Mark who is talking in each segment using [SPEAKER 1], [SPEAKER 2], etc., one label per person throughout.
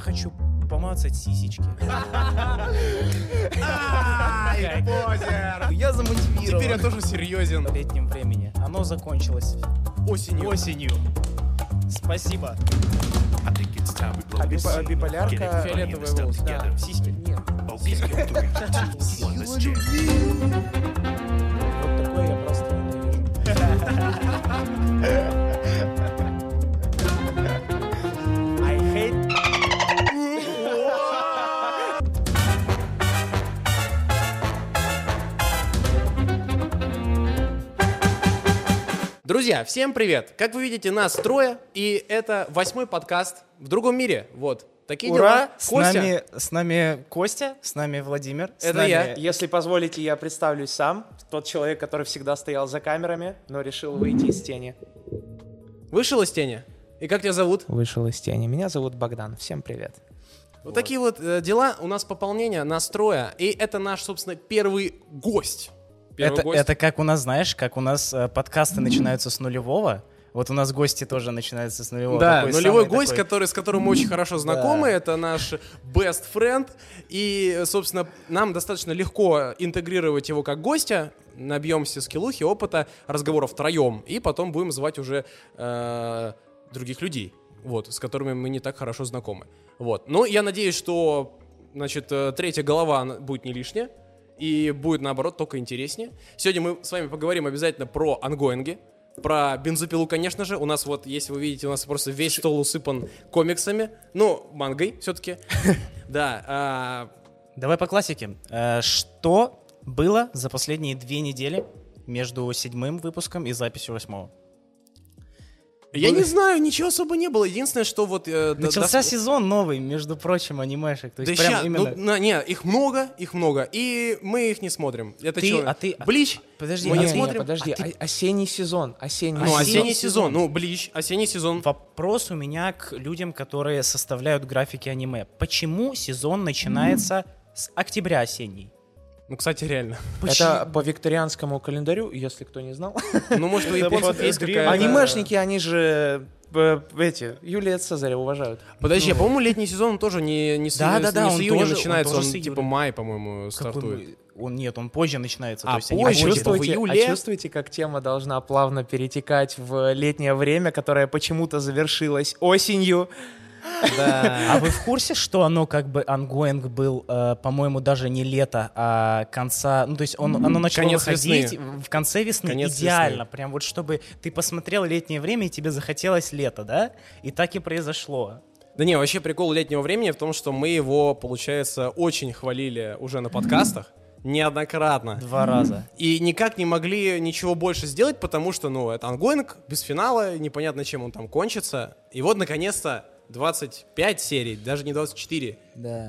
[SPEAKER 1] хочу помацать сисечки.
[SPEAKER 2] Ай, позер!
[SPEAKER 1] Я замотивирован.
[SPEAKER 2] Теперь я тоже серьезен.
[SPEAKER 1] в летнем времени. Оно закончилось
[SPEAKER 2] Осенью.
[SPEAKER 1] осенью. Спасибо.
[SPEAKER 3] I think it's time we blow
[SPEAKER 2] А
[SPEAKER 3] this
[SPEAKER 2] биполярка-
[SPEAKER 3] scene. Get it funny and
[SPEAKER 2] фиолетовые
[SPEAKER 3] let's step
[SPEAKER 2] волосы, да.
[SPEAKER 3] together.
[SPEAKER 1] Сиськи. Нет.
[SPEAKER 3] Okay, three, two, one, let's jam.
[SPEAKER 1] Вот такое я просто ненавижу. I hate...
[SPEAKER 4] Друзья, всем привет! Как вы видите, нас трое, и это восьмой подкаст в другом мире. Вот, такие
[SPEAKER 5] Ура!
[SPEAKER 4] дела.
[SPEAKER 5] С
[SPEAKER 4] Костя,
[SPEAKER 5] нами, с нами Костя, с нами Владимир. с
[SPEAKER 4] Это
[SPEAKER 5] нами-
[SPEAKER 4] я.
[SPEAKER 5] Если-
[SPEAKER 6] Если позволите, я представлюсь сам. Тот человек, который всегда стоял за камерами, но решил выйти из тени.
[SPEAKER 4] вышел из тени? И как тебя зовут?
[SPEAKER 6] Вышел из тени. Меня зовут Богдан. Всем привет.
[SPEAKER 4] Вот, такие вот э, дела. У нас пополнение, нас трое, и это наш, собственно, первый гость.
[SPEAKER 2] Первый
[SPEAKER 5] Это,
[SPEAKER 2] гость.
[SPEAKER 5] это как у нас, знаешь, как у нас э, подкасты начинаются с нулевого. Вот у нас гости тоже начинаются с нулевого.
[SPEAKER 4] Да,
[SPEAKER 5] Такой
[SPEAKER 4] нулевой
[SPEAKER 5] самый
[SPEAKER 4] гость,
[SPEAKER 5] такой-
[SPEAKER 4] который, с которым мы очень хорошо знакомы, это наш best friend, и, собственно, нам достаточно легко интегрировать его как гостя, набьемся скиллухи, опыта, разговоров втроем, и потом будем звать уже э, других людей, вот, с которыми мы не так хорошо знакомы. Вот, ну, я надеюсь, что, значит, э, третья голова она будет не лишняя, и будет, наоборот, только интереснее. Сегодня мы с вами поговорим обязательно про ангоинги, про бензопилу, конечно же. У нас вот, если вы видите, у нас просто весь стол усыпан комиксами. Ну, мангой все-таки. Да. а,
[SPEAKER 5] Давай по классике. Э, Что было за последние две недели между седьмым выпуском и записью восьмого?
[SPEAKER 4] Я
[SPEAKER 5] Было-
[SPEAKER 4] не знаю, ничего особо не было. Единственное, что вот... э, до-
[SPEAKER 5] Начался
[SPEAKER 4] до-
[SPEAKER 5] сезон новый, между прочим, анимешек. То
[SPEAKER 4] Да
[SPEAKER 5] есть прям
[SPEAKER 4] ща,
[SPEAKER 5] именно...
[SPEAKER 4] ну, на- не, их много, их много, и мы их не смотрим. Это
[SPEAKER 5] Ты-
[SPEAKER 4] чё,
[SPEAKER 5] а ты-
[SPEAKER 4] Блич?
[SPEAKER 5] Подожди,
[SPEAKER 4] Мы
[SPEAKER 5] а
[SPEAKER 4] не
[SPEAKER 5] ты-
[SPEAKER 4] смотрим.
[SPEAKER 6] подожди. о- Осенний сезон. Осенний
[SPEAKER 4] Ну, осенний сезон, ну, Блич, осенний сезон.
[SPEAKER 5] Вопрос у меня к людям, которые составляют графики аниме. Почему сезон начинается с октября осенний?
[SPEAKER 4] Ну, кстати, реально.
[SPEAKER 6] Это по викторианскому календарю, если кто не знал.
[SPEAKER 4] Ну, может, у японцев есть какая-то...
[SPEAKER 6] Анимешники, они же э, эти, Юлия Цезаря уважают.
[SPEAKER 4] Подожди, а, по-моему, летний сезон он тоже не, не с,
[SPEAKER 5] Ну. Да,
[SPEAKER 4] не
[SPEAKER 5] да,
[SPEAKER 4] с-
[SPEAKER 5] да,
[SPEAKER 4] не с
[SPEAKER 5] он
[SPEAKER 4] июня
[SPEAKER 5] тоже- он
[SPEAKER 4] начинается, он,
[SPEAKER 5] тоже с
[SPEAKER 4] типа
[SPEAKER 5] июля.
[SPEAKER 4] май, по-моему,
[SPEAKER 5] Какой
[SPEAKER 4] стартует.
[SPEAKER 5] мы- Он нет, он позже начинается.
[SPEAKER 4] А,
[SPEAKER 5] то есть они
[SPEAKER 4] позже?
[SPEAKER 5] позже.
[SPEAKER 4] Чувствую.
[SPEAKER 6] Чувствуете,
[SPEAKER 4] в июле.
[SPEAKER 6] а чувствуете, как тема должна плавно перетекать в летнее время, которое почему-то завершилось осенью.
[SPEAKER 5] А вы в курсе, что оно как бы ангоинг был, э, по-моему, даже не лето, а конца, ну то есть он, оно начало
[SPEAKER 4] Конец
[SPEAKER 5] выходить
[SPEAKER 4] весны.
[SPEAKER 5] в конце весны
[SPEAKER 4] Конец
[SPEAKER 5] идеально,
[SPEAKER 4] весны.
[SPEAKER 5] прям вот чтобы ты посмотрел летнее время и тебе захотелось лето, да? И так и произошло.
[SPEAKER 4] Да не, вообще прикол летнего времени в том, что мы его, получается, очень хвалили уже на подкастах неоднократно.
[SPEAKER 5] Два раза.
[SPEAKER 4] И никак не могли ничего больше сделать, потому что, ну, это ангоинг, без финала, непонятно, чем он там кончится. И вот, наконец-то, 25 серий, даже не 24,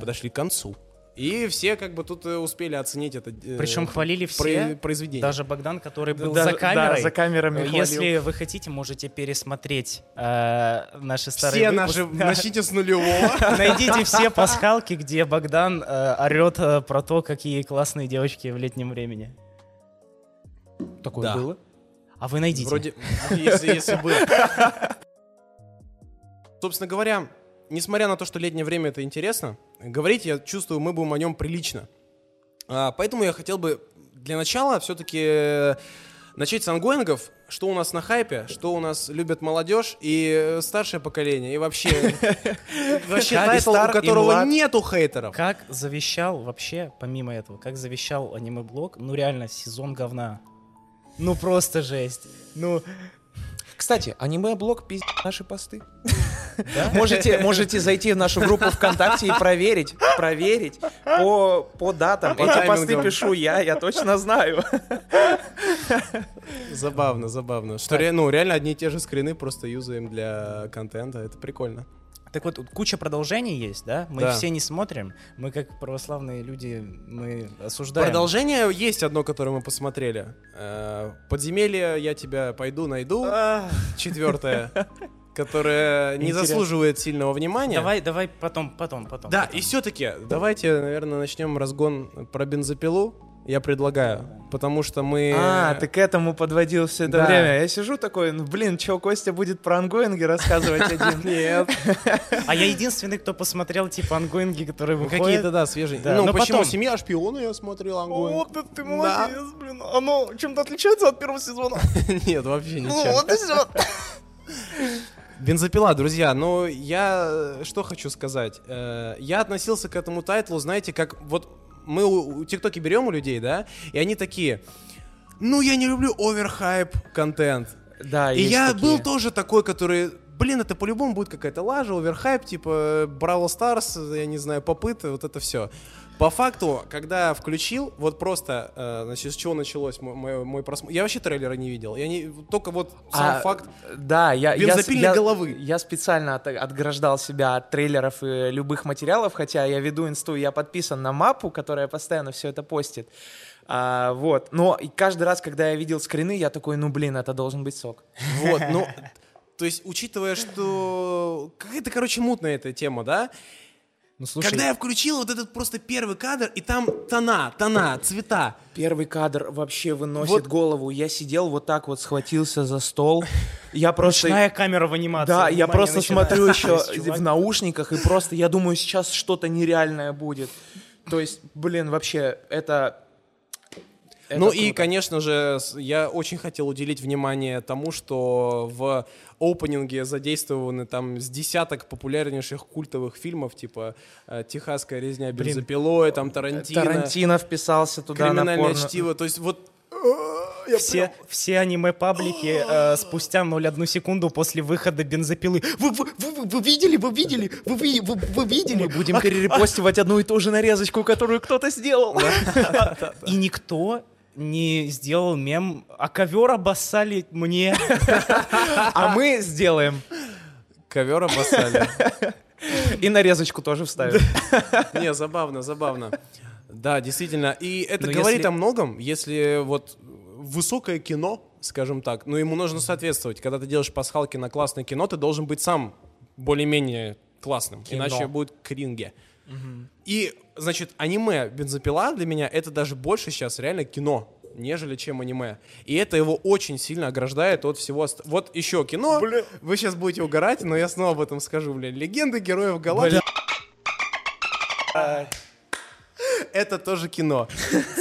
[SPEAKER 4] подошли к концу. И все как бы тут э, успели оценить это э,
[SPEAKER 5] Причем хвалили все.
[SPEAKER 4] про- произведение.
[SPEAKER 5] Даже Богдан, который был
[SPEAKER 6] Да,
[SPEAKER 5] за
[SPEAKER 6] да,
[SPEAKER 5] камерой.
[SPEAKER 6] за камерами
[SPEAKER 5] Э,
[SPEAKER 6] хвалил.
[SPEAKER 5] Если вы хотите, можете пересмотреть э, наши старые
[SPEAKER 4] все
[SPEAKER 5] выпуски.
[SPEAKER 4] наши, начните с нулевого.
[SPEAKER 5] Найдите все пасхалки, где Богдан э, орет э, про то, какие классные девочки в летнем времени.
[SPEAKER 6] Такое
[SPEAKER 4] Да.
[SPEAKER 6] было?
[SPEAKER 5] А вы найдите.
[SPEAKER 4] Вроде, если, если бы. Собственно говоря, несмотря на то, что летнее время это интересно, говорить, я чувствую, мы будем о нем прилично. А, поэтому я хотел бы для начала все-таки начать с ангоингов, что у нас на хайпе, что у нас любят молодежь и э, старшее поколение, и вообще, вообще
[SPEAKER 5] Как и
[SPEAKER 4] тайтл, у
[SPEAKER 5] стар, и
[SPEAKER 4] которого
[SPEAKER 5] млад.
[SPEAKER 4] нету хейтеров.
[SPEAKER 5] Как завещал вообще, помимо этого, как завещал аниме-блог, ну реально, сезон говна. Ну просто жесть. Ну,
[SPEAKER 6] Кстати, аниме-блог пиздит наши посты. Можете, можете зайти в нашу группу ВКонтакте и проверить, проверить по, по датам.
[SPEAKER 4] По
[SPEAKER 6] Эти посты
[SPEAKER 4] таймингам.
[SPEAKER 6] пишу я, я точно знаю.
[SPEAKER 4] Забавно, забавно. Что ре- ну, реально одни и те же скрины просто юзаем для контента, это прикольно.
[SPEAKER 5] так вот, тут куча продолжений есть, да? Мы
[SPEAKER 4] Да.
[SPEAKER 5] все не смотрим. Мы как православные люди, мы осуждаем.
[SPEAKER 4] Продолжение есть одно, которое мы посмотрели. Э, Подземелье я тебя пойду найду.
[SPEAKER 6] А. Э,
[SPEAKER 4] Четвертое, которое не
[SPEAKER 6] Интересно.
[SPEAKER 4] заслуживает сильного внимания.
[SPEAKER 5] Давай, давай потом, потом, потом.
[SPEAKER 4] Да, и все-таки давайте, наверное, начнем разгон про бензопилу. я предлагаю. Потому что мы...
[SPEAKER 6] А, ты к этому подводил все это
[SPEAKER 4] Да.
[SPEAKER 6] время. Я сижу такой, ну блин, чё, Костя будет про ангоинги рассказывать один?
[SPEAKER 4] Нет.
[SPEAKER 5] А я единственный, кто посмотрел, типа, ангоинги, которые выходят.
[SPEAKER 4] Ну, Какие-то, да, свежие.
[SPEAKER 5] Да,
[SPEAKER 4] Ну,
[SPEAKER 5] но
[SPEAKER 4] почему?
[SPEAKER 5] потом.
[SPEAKER 4] Семья шпиона я смотрел ангоинг.
[SPEAKER 5] да ты
[SPEAKER 4] молодец,
[SPEAKER 5] блин. Оно чем-то отличается от первого сезона?
[SPEAKER 4] Нет, вообще ничего.
[SPEAKER 5] и все.
[SPEAKER 4] Бензопила, друзья, ну я э, что хочу сказать. Э, Я относился к этому тайтлу, знаете, как вот мы у у ТикТоке берем у людей, да, и они такие, ну я не люблю оверхайп контент.
[SPEAKER 6] Да,
[SPEAKER 4] И
[SPEAKER 6] есть
[SPEAKER 4] я
[SPEAKER 6] такие.
[SPEAKER 4] был тоже такой, который, блин, это по-любому будет какая-то лажа, оверхайп, типа Бравл Старс, я не знаю, попыты, вот это все. По факту, когда включил, вот просто, э, значит, с чего началось мой, просмотр. Я вообще трейлера не видел. Я не, только вот сам
[SPEAKER 6] А,
[SPEAKER 4] факт.
[SPEAKER 6] Да, я, я,
[SPEAKER 4] Бензопильной
[SPEAKER 6] я-
[SPEAKER 4] головы.
[SPEAKER 6] Я специально от- отграждал себя от трейлеров и любых материалов, хотя я веду инсту, я подписан на мапу, которая постоянно все это постит. А, вот. Но и каждый раз, когда я видел скрины, я такой, ну блин, это должен быть сок.
[SPEAKER 4] Вот, ну, то есть, учитывая, что какая-то, короче, мутная эта тема, да?
[SPEAKER 6] Ну слушай,
[SPEAKER 4] Когда я включил вот этот просто первый кадр, и там тона, тона, цвета.
[SPEAKER 6] первый кадр вообще выносит
[SPEAKER 4] Вот.
[SPEAKER 6] голову. Я сидел вот так вот, схватился за стол. Я просто...
[SPEAKER 5] Ночная камера в анимации.
[SPEAKER 6] Да, я
[SPEAKER 5] внимание,
[SPEAKER 6] просто
[SPEAKER 5] начинаю.
[SPEAKER 6] смотрю еще
[SPEAKER 5] Есть, чувак.
[SPEAKER 6] в наушниках, и просто я думаю, сейчас что-то нереальное будет. То есть, блин, вообще, это... это
[SPEAKER 4] ну и,
[SPEAKER 6] круто.
[SPEAKER 4] конечно же, с- я очень хотел уделить внимание тому, что в опенинге задействованы там с десяток популярнейших культовых фильмов, типа э, «Техасская резня бензопилой», там «Тарантино»,
[SPEAKER 6] Тарантино вписался туда на
[SPEAKER 4] «Криминальное
[SPEAKER 6] порно.
[SPEAKER 4] чтиво». То есть вот
[SPEAKER 5] Все, все аниме-паблики э, спустя 0,1 секунду после выхода бензопилы. Вы, вы- вы- вы видели, вы видели, вы, ви- вы- вы видели?
[SPEAKER 6] Мы будем перерепостивать одну и ту же нарезочку, которую кто-то сделал.
[SPEAKER 5] И никто не сделал мем, а ковер обоссали мне.
[SPEAKER 6] А мы сделаем.
[SPEAKER 4] ковер обоссали.
[SPEAKER 6] И нарезочку тоже вставим.
[SPEAKER 4] Не, забавно, забавно. Да, действительно. И это
[SPEAKER 6] Но
[SPEAKER 4] говорит
[SPEAKER 6] если-
[SPEAKER 4] о многом, если вот высокое кино, скажем так, но ему нужно соответствовать. Когда ты делаешь пасхалки на классное кино, ты должен быть сам более-менее классным, иначе будет кринге. И, значит, аниме «Бензопила» для меня это даже больше сейчас реально кино, нежели чем аниме. И это его очень сильно ограждает от всего... ост- Вот еще кино, вы сейчас будете угорать, но я снова об этом скажу, блин. «Легенды героев галактики» это тоже кино.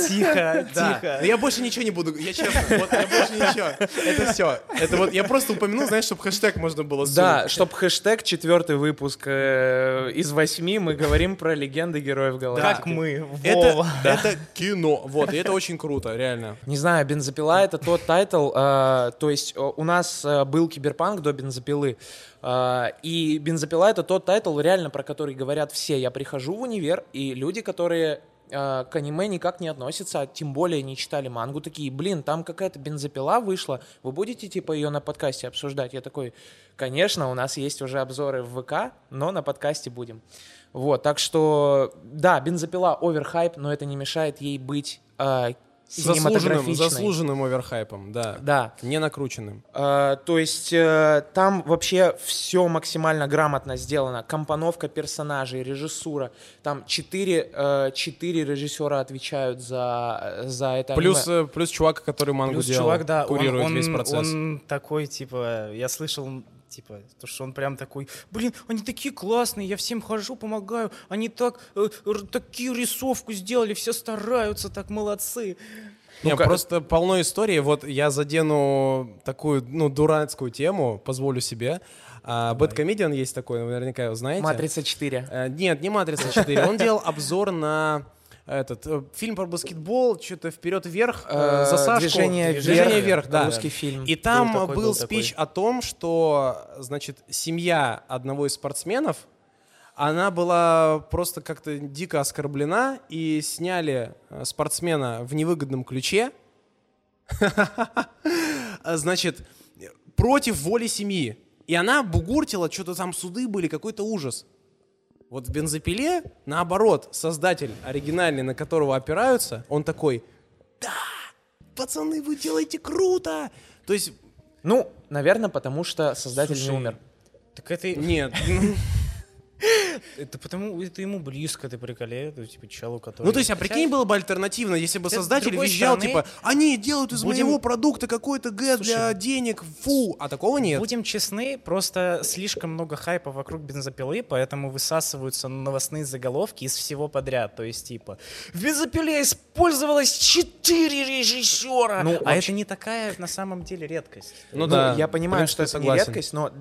[SPEAKER 5] Тихо,
[SPEAKER 4] Да.
[SPEAKER 5] тихо.
[SPEAKER 4] Но я больше ничего не буду. Я честно, вот я больше ничего. Это все. Это вот я просто упомянул, знаешь, чтобы хэштег можно было сунуть.
[SPEAKER 6] Да, чтоб хэштег четвертый выпуск э, из восьми мы говорим про легенды героев галактики.
[SPEAKER 5] Как мы,
[SPEAKER 4] Это,
[SPEAKER 5] Вова.
[SPEAKER 4] это кино. Вот, и это очень круто, реально.
[SPEAKER 6] Не знаю, бензопила это тот тайтл. э, то есть э, у нас э, был киберпанк до бензопилы. э, и бензопила это тот тайтл, реально, про который говорят все. Я прихожу в универ, и люди, которые э, к аниме никак не относятся, а тем более не читали мангу, такие, блин, там какая-то бензопила вышла, вы будете типа ее на подкасте обсуждать? Я такой, конечно, у нас есть уже обзоры в ВК, но на подкасте будем. Вот, так что, да, бензопила оверхайп, но это не мешает ей быть э,
[SPEAKER 4] Заслуженным,
[SPEAKER 6] Синематографичной.
[SPEAKER 4] заслуженным оверхайпом, да.
[SPEAKER 6] Да.
[SPEAKER 4] Не накрученным.
[SPEAKER 6] Э, то есть э, там вообще все максимально грамотно сделано. Компоновка персонажей, режиссура. Там четыре, э, четыре режиссера отвечают за, за это
[SPEAKER 4] Плюс,
[SPEAKER 6] аниме.
[SPEAKER 4] э, плюс чувак, который мангу
[SPEAKER 5] Плюс
[SPEAKER 4] делал,
[SPEAKER 5] чувак, да, он-
[SPEAKER 4] курирует
[SPEAKER 5] он,
[SPEAKER 4] весь процесс.
[SPEAKER 5] он такой, типа, я слышал, типа, то, что он прям такой, блин, они такие классные, я всем хожу, помогаю, они так, э, р- такие рисовку сделали, все стараются, так молодцы.
[SPEAKER 4] Не,
[SPEAKER 6] Ну, ка-
[SPEAKER 4] просто полно истории. Вот я задену такую, ну, дурацкую тему, позволю себе. А, Бэткомедиан есть такой, вы наверняка его знаете.
[SPEAKER 6] Матрица 4.
[SPEAKER 4] Э, Нет, не «Матрица 4». Он делал обзор на этот э, фильм про баскетбол, что-то вперед вверх
[SPEAKER 6] Э,
[SPEAKER 4] э, за Сашку.
[SPEAKER 6] «Движение вверх»,
[SPEAKER 4] «Движение вверх», да.
[SPEAKER 6] русский фильм.
[SPEAKER 4] И там
[SPEAKER 5] Был
[SPEAKER 4] был,
[SPEAKER 5] такой, был
[SPEAKER 4] спич о том, что, значит, семья одного из спортсменов, она была просто как-то дико оскорблена, и сняли э, спортсмена в невыгодном ключе, а, значит, против воли семьи. И она бугуртила, что-то там суды были, какой-то ужас. Вот в «Бензопиле», наоборот, создатель оригинальный, на которого опираются, он такой, да, пацаны, вы делаете круто. То есть,
[SPEAKER 6] Ну, наверное, потому что создатель
[SPEAKER 5] Слушай,
[SPEAKER 6] не умер.
[SPEAKER 5] Так это...
[SPEAKER 4] нет, ну,
[SPEAKER 5] Это потому, это ему близко, ты приколе, ну, типа, челу, который...
[SPEAKER 4] Ну, то есть, а прикинь, было бы альтернативно, если бы
[SPEAKER 5] Хотя, с
[SPEAKER 4] создатель
[SPEAKER 5] другой
[SPEAKER 4] визжал,
[SPEAKER 5] стороны,
[SPEAKER 4] типа, они делают из
[SPEAKER 5] будем-
[SPEAKER 4] моего продукта какой-то гэт для денег, фу, а такого нет.
[SPEAKER 5] Будем честны, просто слишком много хайпа вокруг бензопилы, поэтому высасываются новостные заголовки из всего подряд. То есть, типа, в бензопиле использовалось 4 режиссера.
[SPEAKER 6] Ну,
[SPEAKER 5] а
[SPEAKER 6] вообще-
[SPEAKER 5] это не такая на самом деле редкость.
[SPEAKER 4] Ну,
[SPEAKER 6] Ну,
[SPEAKER 4] да,
[SPEAKER 6] я
[SPEAKER 4] в
[SPEAKER 6] понимаю,
[SPEAKER 4] принципе,
[SPEAKER 6] что это не
[SPEAKER 4] согласен.
[SPEAKER 6] редкость, но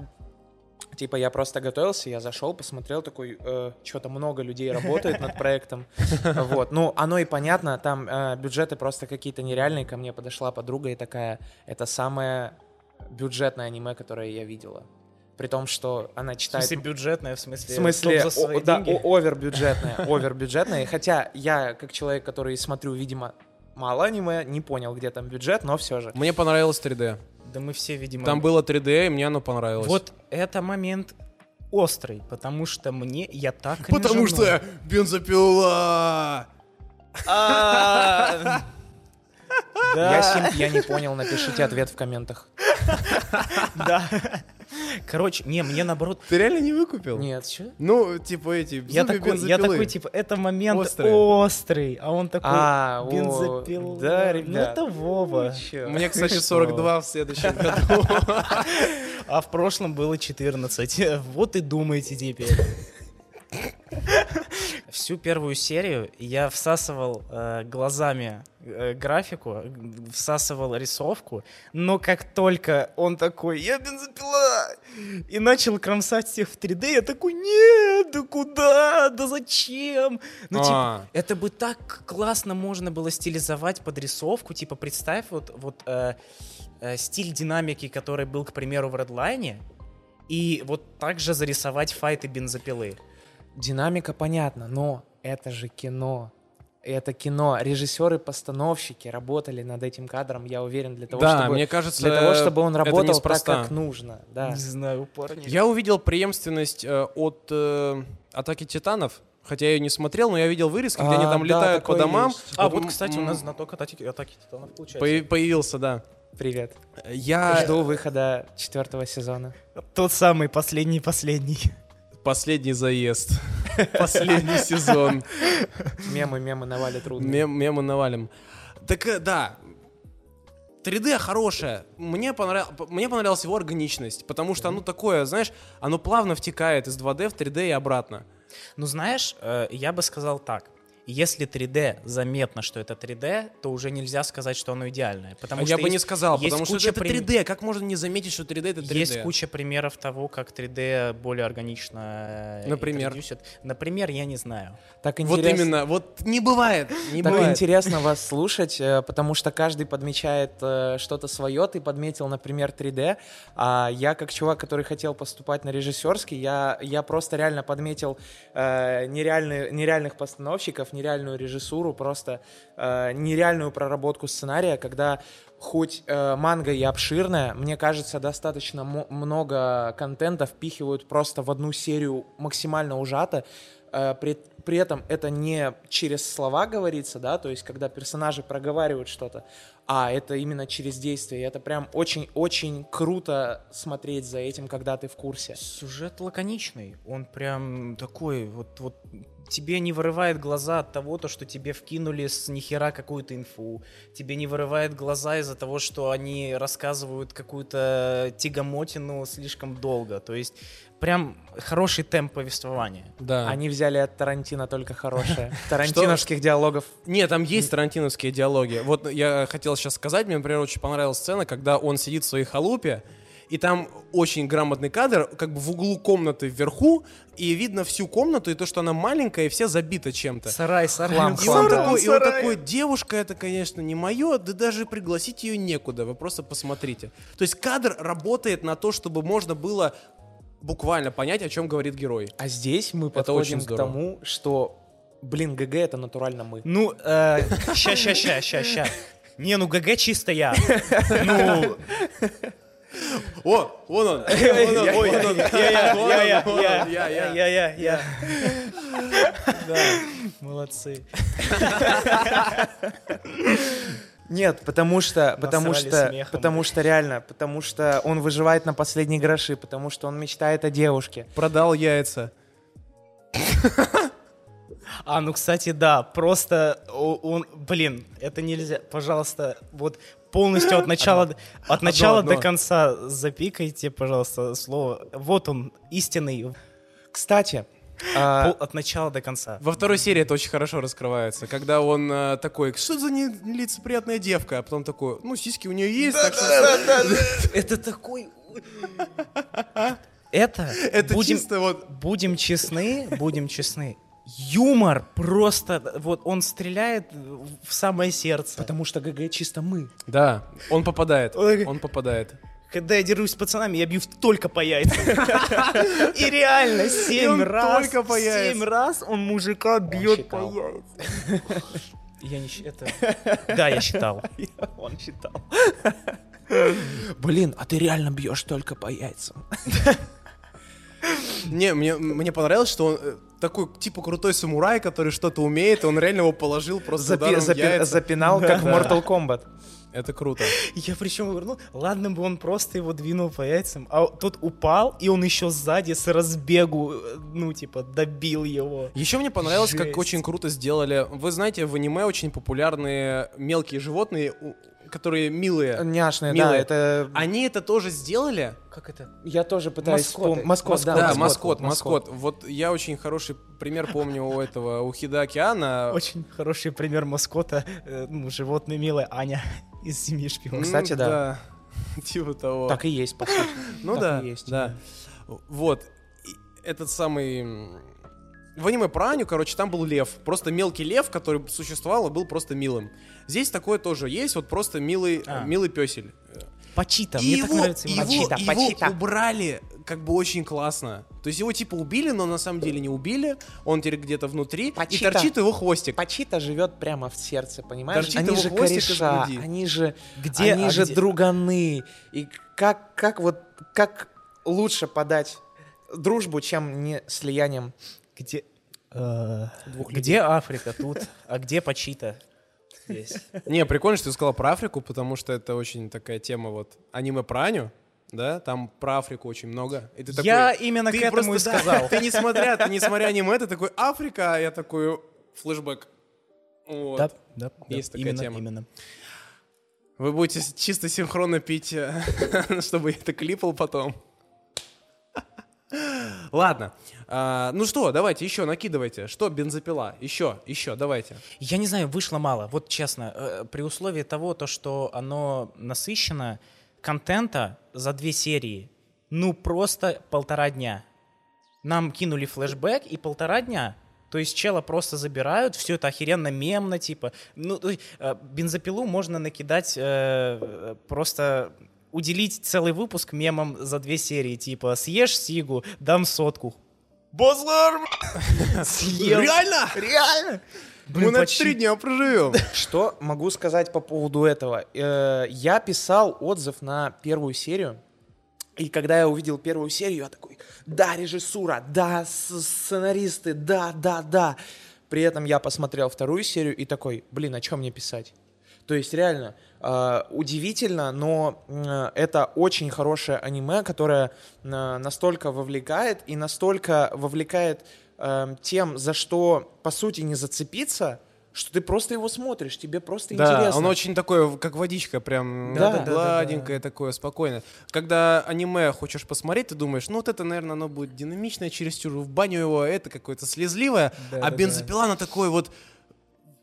[SPEAKER 6] типа я просто готовился, я зашел, посмотрел такой, что-то много людей работает над проектом, вот. Ну, оно и понятно, там э, бюджеты просто какие-то нереальные. Ко мне подошла подруга и такая, это самое бюджетное аниме, которое я видела, при том, что она
[SPEAKER 5] В
[SPEAKER 6] читает.
[SPEAKER 5] смысле, бюджетная, в смысле,
[SPEAKER 6] В смысле,
[SPEAKER 5] топ за свои
[SPEAKER 6] о- да,
[SPEAKER 5] деньги.
[SPEAKER 6] о- овербюджетное, овербюджетное. Хотя я, как человек, который смотрю, видимо, мало аниме, не понял, где там бюджет, но все же.
[SPEAKER 4] Мне понравилось 3D.
[SPEAKER 5] Да мы все,
[SPEAKER 6] Ну
[SPEAKER 5] видимо...
[SPEAKER 4] Там было 3D, и мне оно понравилось.
[SPEAKER 5] Вот это момент острый, потому что мне я так
[SPEAKER 4] Потому
[SPEAKER 5] кринжану.
[SPEAKER 4] что бензопила.
[SPEAKER 5] А,
[SPEAKER 6] Я симп, я не понял, напишите ответ в комментах.
[SPEAKER 5] Да. Короче, не, мне наоборот.
[SPEAKER 4] Ты реально не выкупил?
[SPEAKER 6] Нет, что?
[SPEAKER 4] Ну, типа эти,
[SPEAKER 5] Я
[SPEAKER 4] зубы
[SPEAKER 5] такой, я
[SPEAKER 4] бензопилы.
[SPEAKER 5] такой, типа, это момент
[SPEAKER 4] Острый.
[SPEAKER 5] острый, а он такой
[SPEAKER 6] А, о,
[SPEAKER 5] бензопила.
[SPEAKER 6] да,
[SPEAKER 5] Ну
[SPEAKER 6] ребят.
[SPEAKER 5] это Вова.
[SPEAKER 4] Мне, кстати, 42 в следующем году.
[SPEAKER 5] А в прошлом было 14. Вот и думайте теперь. Всю первую серию я всасывал э, глазами э, графику, э, всасывал рисовку, но как только он такой, я бензопила, и начал кромсать всех в 3D, я такой, нет, да куда, да зачем? Ну, типа,
[SPEAKER 4] А.
[SPEAKER 5] это бы так классно можно было стилизовать под рисовку. Типа, представь, вот, вот э, э, стиль динамики, который был, к примеру, в Redline, и вот так же зарисовать файты бензопилы.
[SPEAKER 6] Динамика понятна, но это же кино. Это кино. Режиссеры, постановщики работали над этим кадром, я уверен, для того,
[SPEAKER 4] Да,
[SPEAKER 6] чтобы,
[SPEAKER 4] мне кажется,
[SPEAKER 6] для того, чтобы он
[SPEAKER 4] это
[SPEAKER 6] работал так,
[SPEAKER 4] неспроста.
[SPEAKER 6] как нужно. Да.
[SPEAKER 5] Не знаю, парни.
[SPEAKER 4] Я увидел преемственность э, от э, «Атаки Титанов», хотя я ее не смотрел, но я видел вырезки, где они
[SPEAKER 6] А,
[SPEAKER 4] там
[SPEAKER 6] да,
[SPEAKER 4] летают по
[SPEAKER 6] такое
[SPEAKER 4] домам.
[SPEAKER 6] есть.
[SPEAKER 5] А,
[SPEAKER 4] Вот
[SPEAKER 5] вот,
[SPEAKER 4] м-
[SPEAKER 5] кстати, у
[SPEAKER 4] м,
[SPEAKER 5] нас знаток атаки, атаки титанов получается.
[SPEAKER 4] поя- Появился, да.
[SPEAKER 6] Привет.
[SPEAKER 4] Я
[SPEAKER 6] Жду выхода четвертого сезона.
[SPEAKER 5] Тот самый последний-последний.
[SPEAKER 4] последний заезд, последний сезон.
[SPEAKER 6] Мемы, мемы навали трудно.
[SPEAKER 4] Мем- Мемы навалим. Так э, да, 3D хорошая. Мне, понрав... п- Мне понравилась его органичность, потому что оно такое, знаешь, оно плавно втекает из 2D в 3D и обратно.
[SPEAKER 5] Ну, знаешь, э, я бы сказал так. Если 3D заметно, что это 3D, то уже нельзя сказать, что оно идеальное. Потому
[SPEAKER 4] А
[SPEAKER 5] что
[SPEAKER 4] я бы
[SPEAKER 5] есть-
[SPEAKER 4] не сказал,
[SPEAKER 5] есть
[SPEAKER 4] потому что
[SPEAKER 5] куча
[SPEAKER 4] это
[SPEAKER 5] прим-
[SPEAKER 4] 3D. Как можно не заметить, что 3D это 3D?
[SPEAKER 5] Есть куча примеров того, как 3D более органично э,
[SPEAKER 4] Например?
[SPEAKER 5] интродюсит. Например, я не знаю.
[SPEAKER 6] Так
[SPEAKER 4] Вот
[SPEAKER 6] интересно.
[SPEAKER 4] именно, вот не бывает, не
[SPEAKER 6] Так
[SPEAKER 4] бывает.
[SPEAKER 6] интересно вас слушать, э, потому что каждый подмечает э, что-то свое. Ты подметил, например, 3D. А я, как чувак, который хотел поступать на режиссерский, я, я просто реально подметил э, нереальные- нереальных постановщиков, нереальную режиссуру, просто э, нереальную проработку сценария, когда хоть э, манга и обширная, мне кажется, достаточно мо- много контента впихивают просто в одну серию максимально ужато. Э, При, при этом это не через слова говорится, да, то есть когда персонажи проговаривают что-то, а это именно через действие. И это прям очень-очень круто смотреть за этим, когда ты в курсе.
[SPEAKER 5] Сюжет лаконичный. Он прям такой, вот, вот тебе не вырывает глаза от того, то, что тебе вкинули с нихера какую-то инфу. Тебе не вырывает глаза из-за того, что они рассказывают какую-то тягомотину слишком долго. То есть прям хороший темп повествования.
[SPEAKER 4] Да.
[SPEAKER 6] Они взяли от Тарантино только хорошее. Тарантиновских диалогов.
[SPEAKER 4] Не, там есть тарантиновские диалоги. Вот я хотел сейчас сказать, мне, например, очень понравилась сцена, когда он сидит в своей халупе, и там очень грамотный кадр, как бы в углу комнаты вверху, и видно всю комнату, и то, что она маленькая, и вся забита чем-то.
[SPEAKER 5] Сарай, сарай.
[SPEAKER 6] Хлам,
[SPEAKER 4] И он,
[SPEAKER 6] Сарай,
[SPEAKER 4] такой, и он такой, девушка, это, конечно, не мое, да даже пригласить ее некуда, вы просто посмотрите. То есть кадр работает на то, чтобы можно было буквально понять, о чем говорит герой.
[SPEAKER 6] А здесь мы
[SPEAKER 4] очень
[SPEAKER 6] подходим к
[SPEAKER 4] здорово.
[SPEAKER 6] тому, что, блин, ГГ это натурально мы.
[SPEAKER 5] Ну, ща, ща, ща, ща, ща. Не, ну ГГ чисто я. Ну,
[SPEAKER 4] О, вон он, вон он, ой, вон он, вон он, вон он, я, я.
[SPEAKER 5] я, я, я. Молодцы.
[SPEAKER 6] Нет, потому что, потому
[SPEAKER 5] Насрали
[SPEAKER 6] что,
[SPEAKER 5] смехом,
[SPEAKER 6] потому что реально, потому что он выживает на последние гроши, потому что он мечтает о девушке.
[SPEAKER 4] Продал яйца.
[SPEAKER 5] А, ну, кстати, да, просто о- он, блин, это нельзя, пожалуйста, вот полностью от начала, до- от начала
[SPEAKER 4] одно.
[SPEAKER 5] до конца запикайте, пожалуйста, слово. Вот он, истинный,
[SPEAKER 6] Кстати, а,
[SPEAKER 5] пол- от начала до конца.
[SPEAKER 4] Во второй серии это очень хорошо раскрывается, когда он э, такой, что за не- нелицеприятная девка, а потом такой, ну, сиськи у нее есть, так что
[SPEAKER 5] Это такой... Это,
[SPEAKER 4] это
[SPEAKER 5] будем,
[SPEAKER 4] чисто вот...
[SPEAKER 5] будем честны, будем честны. Юмор просто, вот он стреляет в самое сердце.
[SPEAKER 6] потому что ГГ чисто мы.
[SPEAKER 4] Да, он попадает,
[SPEAKER 5] Ой.
[SPEAKER 4] он попадает.
[SPEAKER 5] Когда я дерусь с пацанами, я бью в- только по яйцам. И реально, семь
[SPEAKER 4] он
[SPEAKER 5] раз,
[SPEAKER 4] только по яйцам.
[SPEAKER 5] семь раз он мужика бьет по
[SPEAKER 6] считал.
[SPEAKER 5] яйцам. Я не считал. Да, я считал. Он считал.
[SPEAKER 6] Блин, а ты реально бьешь только по яйцам.
[SPEAKER 4] Не, мне, мне понравилось, что он э, такой, типа, крутой самурай, который что-то умеет, и он реально его положил просто ударом в яйца.
[SPEAKER 6] Запинал, как в Mortal Kombat.
[SPEAKER 4] Это круто.
[SPEAKER 5] Я причем вернул. Ладно бы он просто его двинул по яйцам, а тот упал, и он еще сзади с разбегу, э, ну, типа, добил его.
[SPEAKER 4] Еще мне понравилось, как
[SPEAKER 5] Жесть.
[SPEAKER 4] очень круто сделали. Вы знаете, в аниме очень популярные мелкие животные, у- которые милые.
[SPEAKER 6] Няшное, да,
[SPEAKER 4] Милый.
[SPEAKER 6] это...
[SPEAKER 4] Они это тоже сделали.
[SPEAKER 5] Как это?
[SPEAKER 6] Я тоже пытаюсь...
[SPEAKER 5] Маскоты.
[SPEAKER 6] вспом- Маскот,
[SPEAKER 4] Да, маскот,
[SPEAKER 6] вот,
[SPEAKER 4] маскот. Вот я очень хороший пример помню у этого, у Хидаки Анна.
[SPEAKER 5] Очень хороший пример маскота, э, ну, животное милое, Аня из семьи шпионов.
[SPEAKER 4] М,
[SPEAKER 6] кстати, да.
[SPEAKER 4] Типа того.
[SPEAKER 6] Так и есть, по сути.
[SPEAKER 4] ну
[SPEAKER 6] так
[SPEAKER 4] да,
[SPEAKER 6] и есть,
[SPEAKER 4] да. Вот. И Этот самый... м, В аниме про Аню, короче, там был лев. Просто мелкий лев, который существовал и был просто милым. Здесь такое тоже есть, вот просто милый,
[SPEAKER 5] А.
[SPEAKER 4] милый песель.
[SPEAKER 5] Пачита,
[SPEAKER 4] И
[SPEAKER 5] мне
[SPEAKER 4] его,
[SPEAKER 5] так нравится имя.
[SPEAKER 4] его- его убрали как бы очень классно. То есть его типа убили, но на самом деле не убили. Он теперь где-то внутри.
[SPEAKER 6] Почита.
[SPEAKER 4] И торчит его хвостик.
[SPEAKER 6] Пачита живет прямо в сердце, понимаешь?
[SPEAKER 4] Торчит
[SPEAKER 6] Они
[SPEAKER 4] его
[SPEAKER 6] же
[SPEAKER 4] хвостик из
[SPEAKER 6] кореша,
[SPEAKER 4] груди.
[SPEAKER 6] они же,
[SPEAKER 5] Где-
[SPEAKER 6] они
[SPEAKER 5] а
[SPEAKER 6] же
[SPEAKER 5] где?
[SPEAKER 6] друганы. И как, как вот, как лучше подать дружбу, чем не слиянием?
[SPEAKER 5] Где, э, где Африка тут, а где Пачита? Здесь.
[SPEAKER 4] Не, прикольно, что ты сказал про Африку, потому что это очень такая тема вот аниме про Аню, да, там про Африку очень много. И ты такой,
[SPEAKER 5] Я именно
[SPEAKER 4] ты
[SPEAKER 5] к этому и
[SPEAKER 4] просто, да,
[SPEAKER 5] сказал.
[SPEAKER 4] Ты не смотря, ты не смотря аниме, ты такой Африка, а я такой флешбэк. Вот.
[SPEAKER 5] Да, да, да,
[SPEAKER 4] Есть такая
[SPEAKER 5] именно,
[SPEAKER 4] тема.
[SPEAKER 5] Именно.
[SPEAKER 4] Вы будете с- чисто синхронно пить, э, чтобы я это клипал потом. Ладно. А, ну что, давайте еще накидывайте. Что, бензопила? Еще, еще, давайте.
[SPEAKER 5] Я не знаю, вышло мало. Вот честно, э, при условии того, то, что оно насыщено, контента за две серии, ну просто полтора дня. Нам кинули флешбэк и полтора дня. То есть чела просто забирают, все это охеренно мемно, типа. Ну, то есть, э, бензопилу можно накидать э, э, просто уделить целый выпуск мемом за две серии, типа съешь сигу, дам сотку. Базар! Съел.
[SPEAKER 4] Реально?
[SPEAKER 5] Реально?
[SPEAKER 4] Мы на это три дня проживем.
[SPEAKER 6] Что могу сказать по поводу этого? Э, Я писал отзыв на первую серию, и когда я увидел первую серию, я такой, да, режиссура, да, с- сценаристы, да, да, да. При этом я посмотрел вторую серию и такой, блин, о чем мне писать? То есть реально э, удивительно, но м, это очень хорошее аниме, которое э, настолько вовлекает и настолько вовлекает эм, тем, за что по сути не зацепиться, что ты просто его смотришь, тебе просто
[SPEAKER 4] Да,
[SPEAKER 6] интересно.
[SPEAKER 4] он очень такой, как водичка, прям
[SPEAKER 6] Да, да, да,
[SPEAKER 4] гладенькая,
[SPEAKER 6] да,
[SPEAKER 4] гладенькое такое, спокойное. Когда аниме хочешь посмотреть, ты думаешь, ну вот это, наверное, оно будет динамичное, чересчур в баню его, а это какое-то слезливое, а бензопила, она такой вот,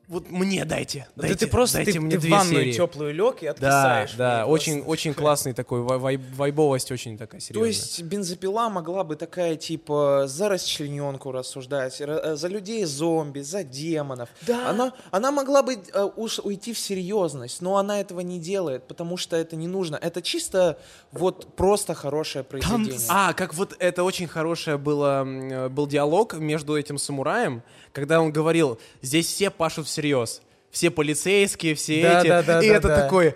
[SPEAKER 4] вот мне дайте,
[SPEAKER 5] Да ты
[SPEAKER 4] дайте,
[SPEAKER 5] просто
[SPEAKER 4] дайте
[SPEAKER 5] ты,
[SPEAKER 4] мне
[SPEAKER 5] ты в
[SPEAKER 4] две
[SPEAKER 5] ванную
[SPEAKER 4] серии.
[SPEAKER 5] теплую лег и
[SPEAKER 4] Да,
[SPEAKER 5] откисаешь.
[SPEAKER 4] да,
[SPEAKER 5] Ну,
[SPEAKER 4] очень,
[SPEAKER 5] просто.
[SPEAKER 4] очень классный такой, вай- вай- вайбовость очень такая
[SPEAKER 6] То
[SPEAKER 4] серьезная.
[SPEAKER 6] есть бензопила могла бы такая, типа, за расчлененку рассуждать, ра- э, за людей-зомби, за демонов. Да. Она, она могла бы э, уж уйти в серьезность, но она этого не делает, потому что это не нужно. Это чисто вот просто хорошее произведение.
[SPEAKER 4] А, как вот это очень хорошее было, м, э, был диалог между этим самураем, когда он говорил, здесь все пашут всерьез. Все полицейские, все
[SPEAKER 5] Да,
[SPEAKER 4] эти.
[SPEAKER 5] да, да,
[SPEAKER 4] и
[SPEAKER 5] да,
[SPEAKER 4] это
[SPEAKER 5] да.
[SPEAKER 4] такое,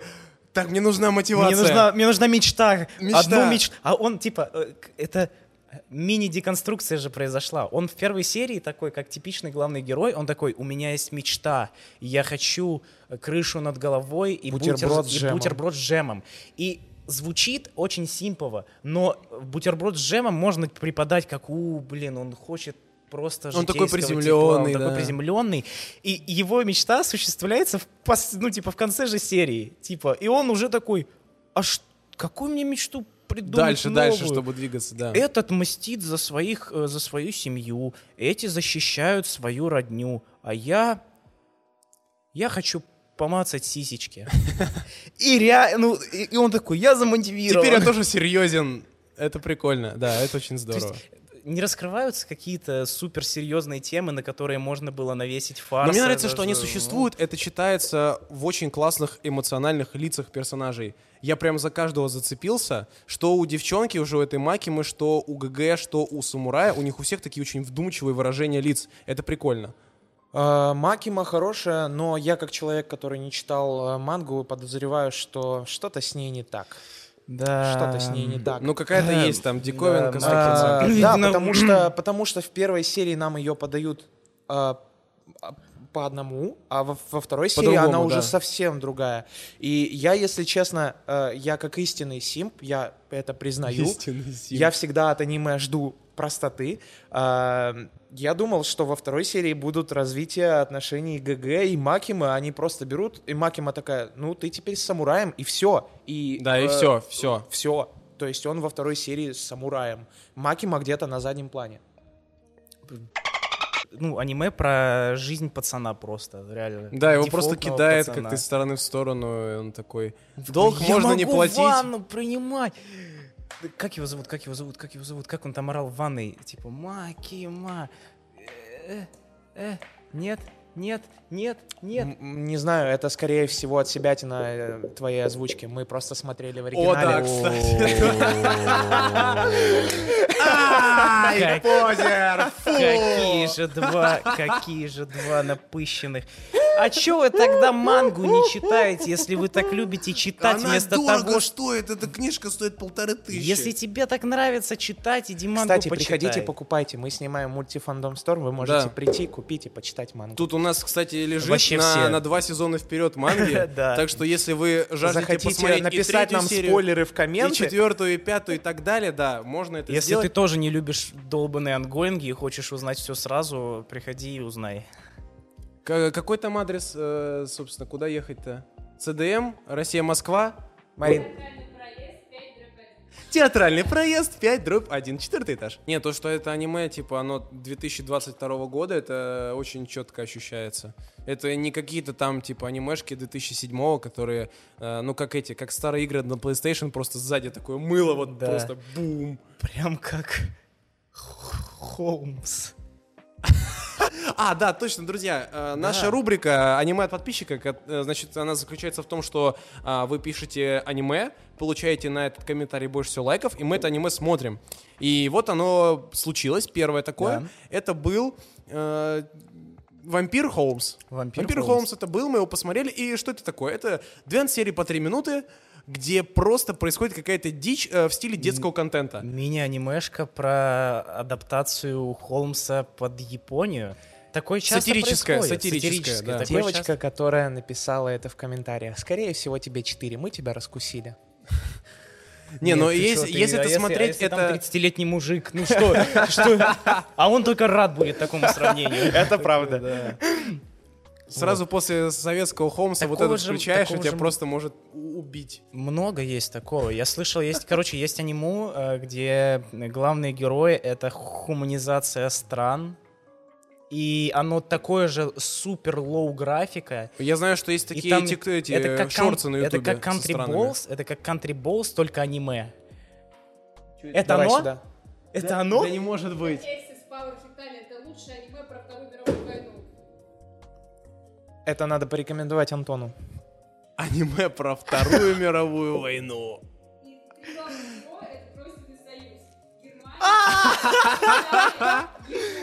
[SPEAKER 4] так, мне нужна
[SPEAKER 5] Мне
[SPEAKER 4] мотивация.
[SPEAKER 5] нужна, мне нужна мечта.
[SPEAKER 4] Мечта.
[SPEAKER 5] Одну мечту. А он типа э, к- это мини-деконструкция же произошла. Он в первой серии такой, как типичный главный герой, он такой: у меня есть мечта, я хочу э, крышу над головой и
[SPEAKER 6] Бутерброд
[SPEAKER 5] бутер-
[SPEAKER 6] с
[SPEAKER 5] и
[SPEAKER 6] джемом».
[SPEAKER 5] бутерброд с джемом. И звучит очень симпово, но бутерброд с джемом можно преподать как, у, блин, он хочет просто
[SPEAKER 4] Он такой
[SPEAKER 5] житейского тепла,
[SPEAKER 4] приземлённый,
[SPEAKER 5] он
[SPEAKER 4] да.
[SPEAKER 5] такой приземленный, и его мечта осуществляется в пос- ну типа в конце же серии, типа, и он уже такой, а ш- какую мне мечту придумать
[SPEAKER 4] Дальше, дальше,
[SPEAKER 5] новую?»
[SPEAKER 4] чтобы двигаться, да.
[SPEAKER 5] Этот мстит за своих, э, за свою семью, эти защищают свою родню, а я, я хочу помацать сисечки. И реально, ну, и и он такой, я замотивирован.
[SPEAKER 4] Теперь я тоже серьезен. Это прикольно, да, это очень здорово.
[SPEAKER 5] не раскрываются какие-то суперсерьезные темы, на которые можно было навесить фарс.
[SPEAKER 4] Но мне нравится, что они
[SPEAKER 5] даже, ну.
[SPEAKER 4] существуют, это читается в очень классных эмоциональных лицах персонажей. Я прям за каждого зацепился, что у девчонки, уже у этой Макимы, что у ГГ, что у Самурая, у них у всех такие очень вдумчивые выражения лиц. Это прикольно.
[SPEAKER 6] Э, Макима хорошая, но я как человек, который не читал э, мангу, подозреваю, что что-то с ней не так.
[SPEAKER 5] Да.
[SPEAKER 6] Что-то с ней не так.
[SPEAKER 4] Эм, Ну какая-то
[SPEAKER 6] Эм,
[SPEAKER 4] есть там диковинка.
[SPEAKER 5] да,
[SPEAKER 4] сто
[SPEAKER 6] А,
[SPEAKER 4] процентов.
[SPEAKER 6] Да,
[SPEAKER 5] Видно-
[SPEAKER 6] потому что, потому что в первой серии нам ее подают а, а, по одному, а во, во второй серии
[SPEAKER 4] По-другому,
[SPEAKER 6] она уже
[SPEAKER 4] да.
[SPEAKER 6] совсем другая. И я, если честно, э, я как истинный симп, я это признаю.
[SPEAKER 4] Истинный симп.
[SPEAKER 6] Я всегда от аниме жду простоты. А, я думал, что во второй серии будут развитие отношений ГГ и Макима. Они просто берут, и Макима такая, ну ты теперь с самураем, и все. И,
[SPEAKER 4] Да, и
[SPEAKER 6] э,
[SPEAKER 4] все, все.
[SPEAKER 6] все. То есть он во второй серии с самураем. Макима где-то на заднем плане.
[SPEAKER 5] Ну, аниме про жизнь пацана просто, реально.
[SPEAKER 4] Да, его просто
[SPEAKER 5] э, Дефолтного
[SPEAKER 4] кидает
[SPEAKER 5] пацана.
[SPEAKER 4] как-то из стороны в сторону, и он такой. Долг
[SPEAKER 5] Я
[SPEAKER 4] можно не
[SPEAKER 5] могу
[SPEAKER 4] платить.
[SPEAKER 5] ванну принимать. Да Как его зовут, как его зовут, как его зовут, как он там орал в ванной, типа, Макима, э, э, нет, нет, нет, нет.
[SPEAKER 6] М- м, Не знаю, это скорее всего от себя тина твоей озвучки. Мы просто смотрели в
[SPEAKER 4] О, да,
[SPEAKER 6] оригинале.
[SPEAKER 4] кстати.
[SPEAKER 2] Ай, позер!
[SPEAKER 5] Какие же два, какие же два напыщенных. А чё вы тогда мангу не читаете, если вы так любите читать вместо того, что...
[SPEAKER 4] стоит, эта книжка стоит полторы тысячи.
[SPEAKER 5] Если тебе так нравится читать, иди мангу
[SPEAKER 6] Кстати,
[SPEAKER 5] почитай.
[SPEAKER 6] приходите, покупайте. Мы снимаем мультифандом Стор. Вы можете
[SPEAKER 4] Да.
[SPEAKER 6] прийти, купить и почитать мангу.
[SPEAKER 4] Тут у нас, кстати, лежит
[SPEAKER 5] Вообще
[SPEAKER 4] на,
[SPEAKER 5] все.
[SPEAKER 4] на два сезона вперед манги.
[SPEAKER 5] Да.
[SPEAKER 4] Так что если вы жаждете
[SPEAKER 6] Захотите
[SPEAKER 4] посмотреть
[SPEAKER 6] написать
[SPEAKER 4] и
[SPEAKER 6] нам
[SPEAKER 4] третью серию,
[SPEAKER 6] спойлеры в
[SPEAKER 4] и
[SPEAKER 6] комменты?
[SPEAKER 4] четвертую, и пятую, и так далее, да, можно это
[SPEAKER 5] Если ты
[SPEAKER 4] сделать.
[SPEAKER 5] тоже не любишь долбанные ангоинги и хочешь узнать все сразу, приходи и узнай.
[SPEAKER 4] К- Какой там адрес, э, собственно, куда ехать-то? ЦДМ, Россия, Москва.
[SPEAKER 6] Марин,
[SPEAKER 4] Театральный проезд 5 дробь 1, четвертый этаж. Не, то, что это аниме, типа, оно 2022 года, это очень четко ощущается. Это не какие-то там, типа, анимешки 2007, которые, э, ну, как эти, как старые игры на PlayStation, просто сзади такое мыло, вот
[SPEAKER 5] Да.
[SPEAKER 4] просто бум.
[SPEAKER 5] Прям как Холмс.
[SPEAKER 4] А, да, точно, друзья. э, Наша рубрика «Аниме от подписчика», ко- э, значит, она заключается в том, что а, вы пишете аниме, получаете на этот комментарий больше всего лайков, и мы это аниме смотрим. И вот оно случилось, первое такое.
[SPEAKER 5] Да.
[SPEAKER 4] Это был э, «Вампир Холмс».
[SPEAKER 5] Вампир
[SPEAKER 4] Холмс» это был, мы его посмотрели. И что это такое? Это 12 серий по 3 минуты, где просто происходит какая-то дичь э, в стиле детского контента.
[SPEAKER 5] Мини-анимешка про адаптацию Холмса под Японию. Такое часто
[SPEAKER 4] Сатирическое,
[SPEAKER 5] происходит.
[SPEAKER 4] сатирическое, да.
[SPEAKER 5] такое
[SPEAKER 6] девочка,
[SPEAKER 5] часто-
[SPEAKER 6] которая написала это в комментариях. Скорее всего, тебе 4. Мы тебя раскусили.
[SPEAKER 4] Не,
[SPEAKER 5] Нет,
[SPEAKER 4] но
[SPEAKER 5] ты
[SPEAKER 4] если,
[SPEAKER 5] чё, ты-
[SPEAKER 4] если
[SPEAKER 5] а
[SPEAKER 4] ты смотреть,
[SPEAKER 5] а если
[SPEAKER 4] это...
[SPEAKER 5] там 30-летний мужик, ну что, что? А он только рад будет такому сравнению. Это правда.
[SPEAKER 4] Сразу после советского Холмса вот
[SPEAKER 5] Такого
[SPEAKER 4] этот
[SPEAKER 5] же-
[SPEAKER 4] включаешь, и
[SPEAKER 5] такого
[SPEAKER 4] тебя
[SPEAKER 5] же-
[SPEAKER 4] просто может у- убить.
[SPEAKER 5] Много есть такого. Я слышал, есть, короче, есть аниму, э, где главные герои — это хуманизация стран, и оно такое же супер лоу графика,
[SPEAKER 4] Я знаю, что есть
[SPEAKER 5] И
[SPEAKER 4] такие
[SPEAKER 5] там
[SPEAKER 4] эти, эти,
[SPEAKER 5] это как
[SPEAKER 4] э, шорты на
[SPEAKER 5] кан-
[SPEAKER 4] ютубе
[SPEAKER 5] Это как
[SPEAKER 4] со
[SPEAKER 5] Country
[SPEAKER 4] странами.
[SPEAKER 5] Balls, это как Country Balls, только аниме. Это
[SPEAKER 6] Давай
[SPEAKER 5] оно?
[SPEAKER 6] сюда.
[SPEAKER 5] Это оно?
[SPEAKER 4] Да не может быть.
[SPEAKER 7] Кейс из Power of Italia это лучшее аниме про Вторую мировую войну.
[SPEAKER 6] Это надо порекомендовать Антону.
[SPEAKER 4] Аниме про Вторую мировую войну.
[SPEAKER 7] И три главных героя это Тройственный союз. Германия, Италия,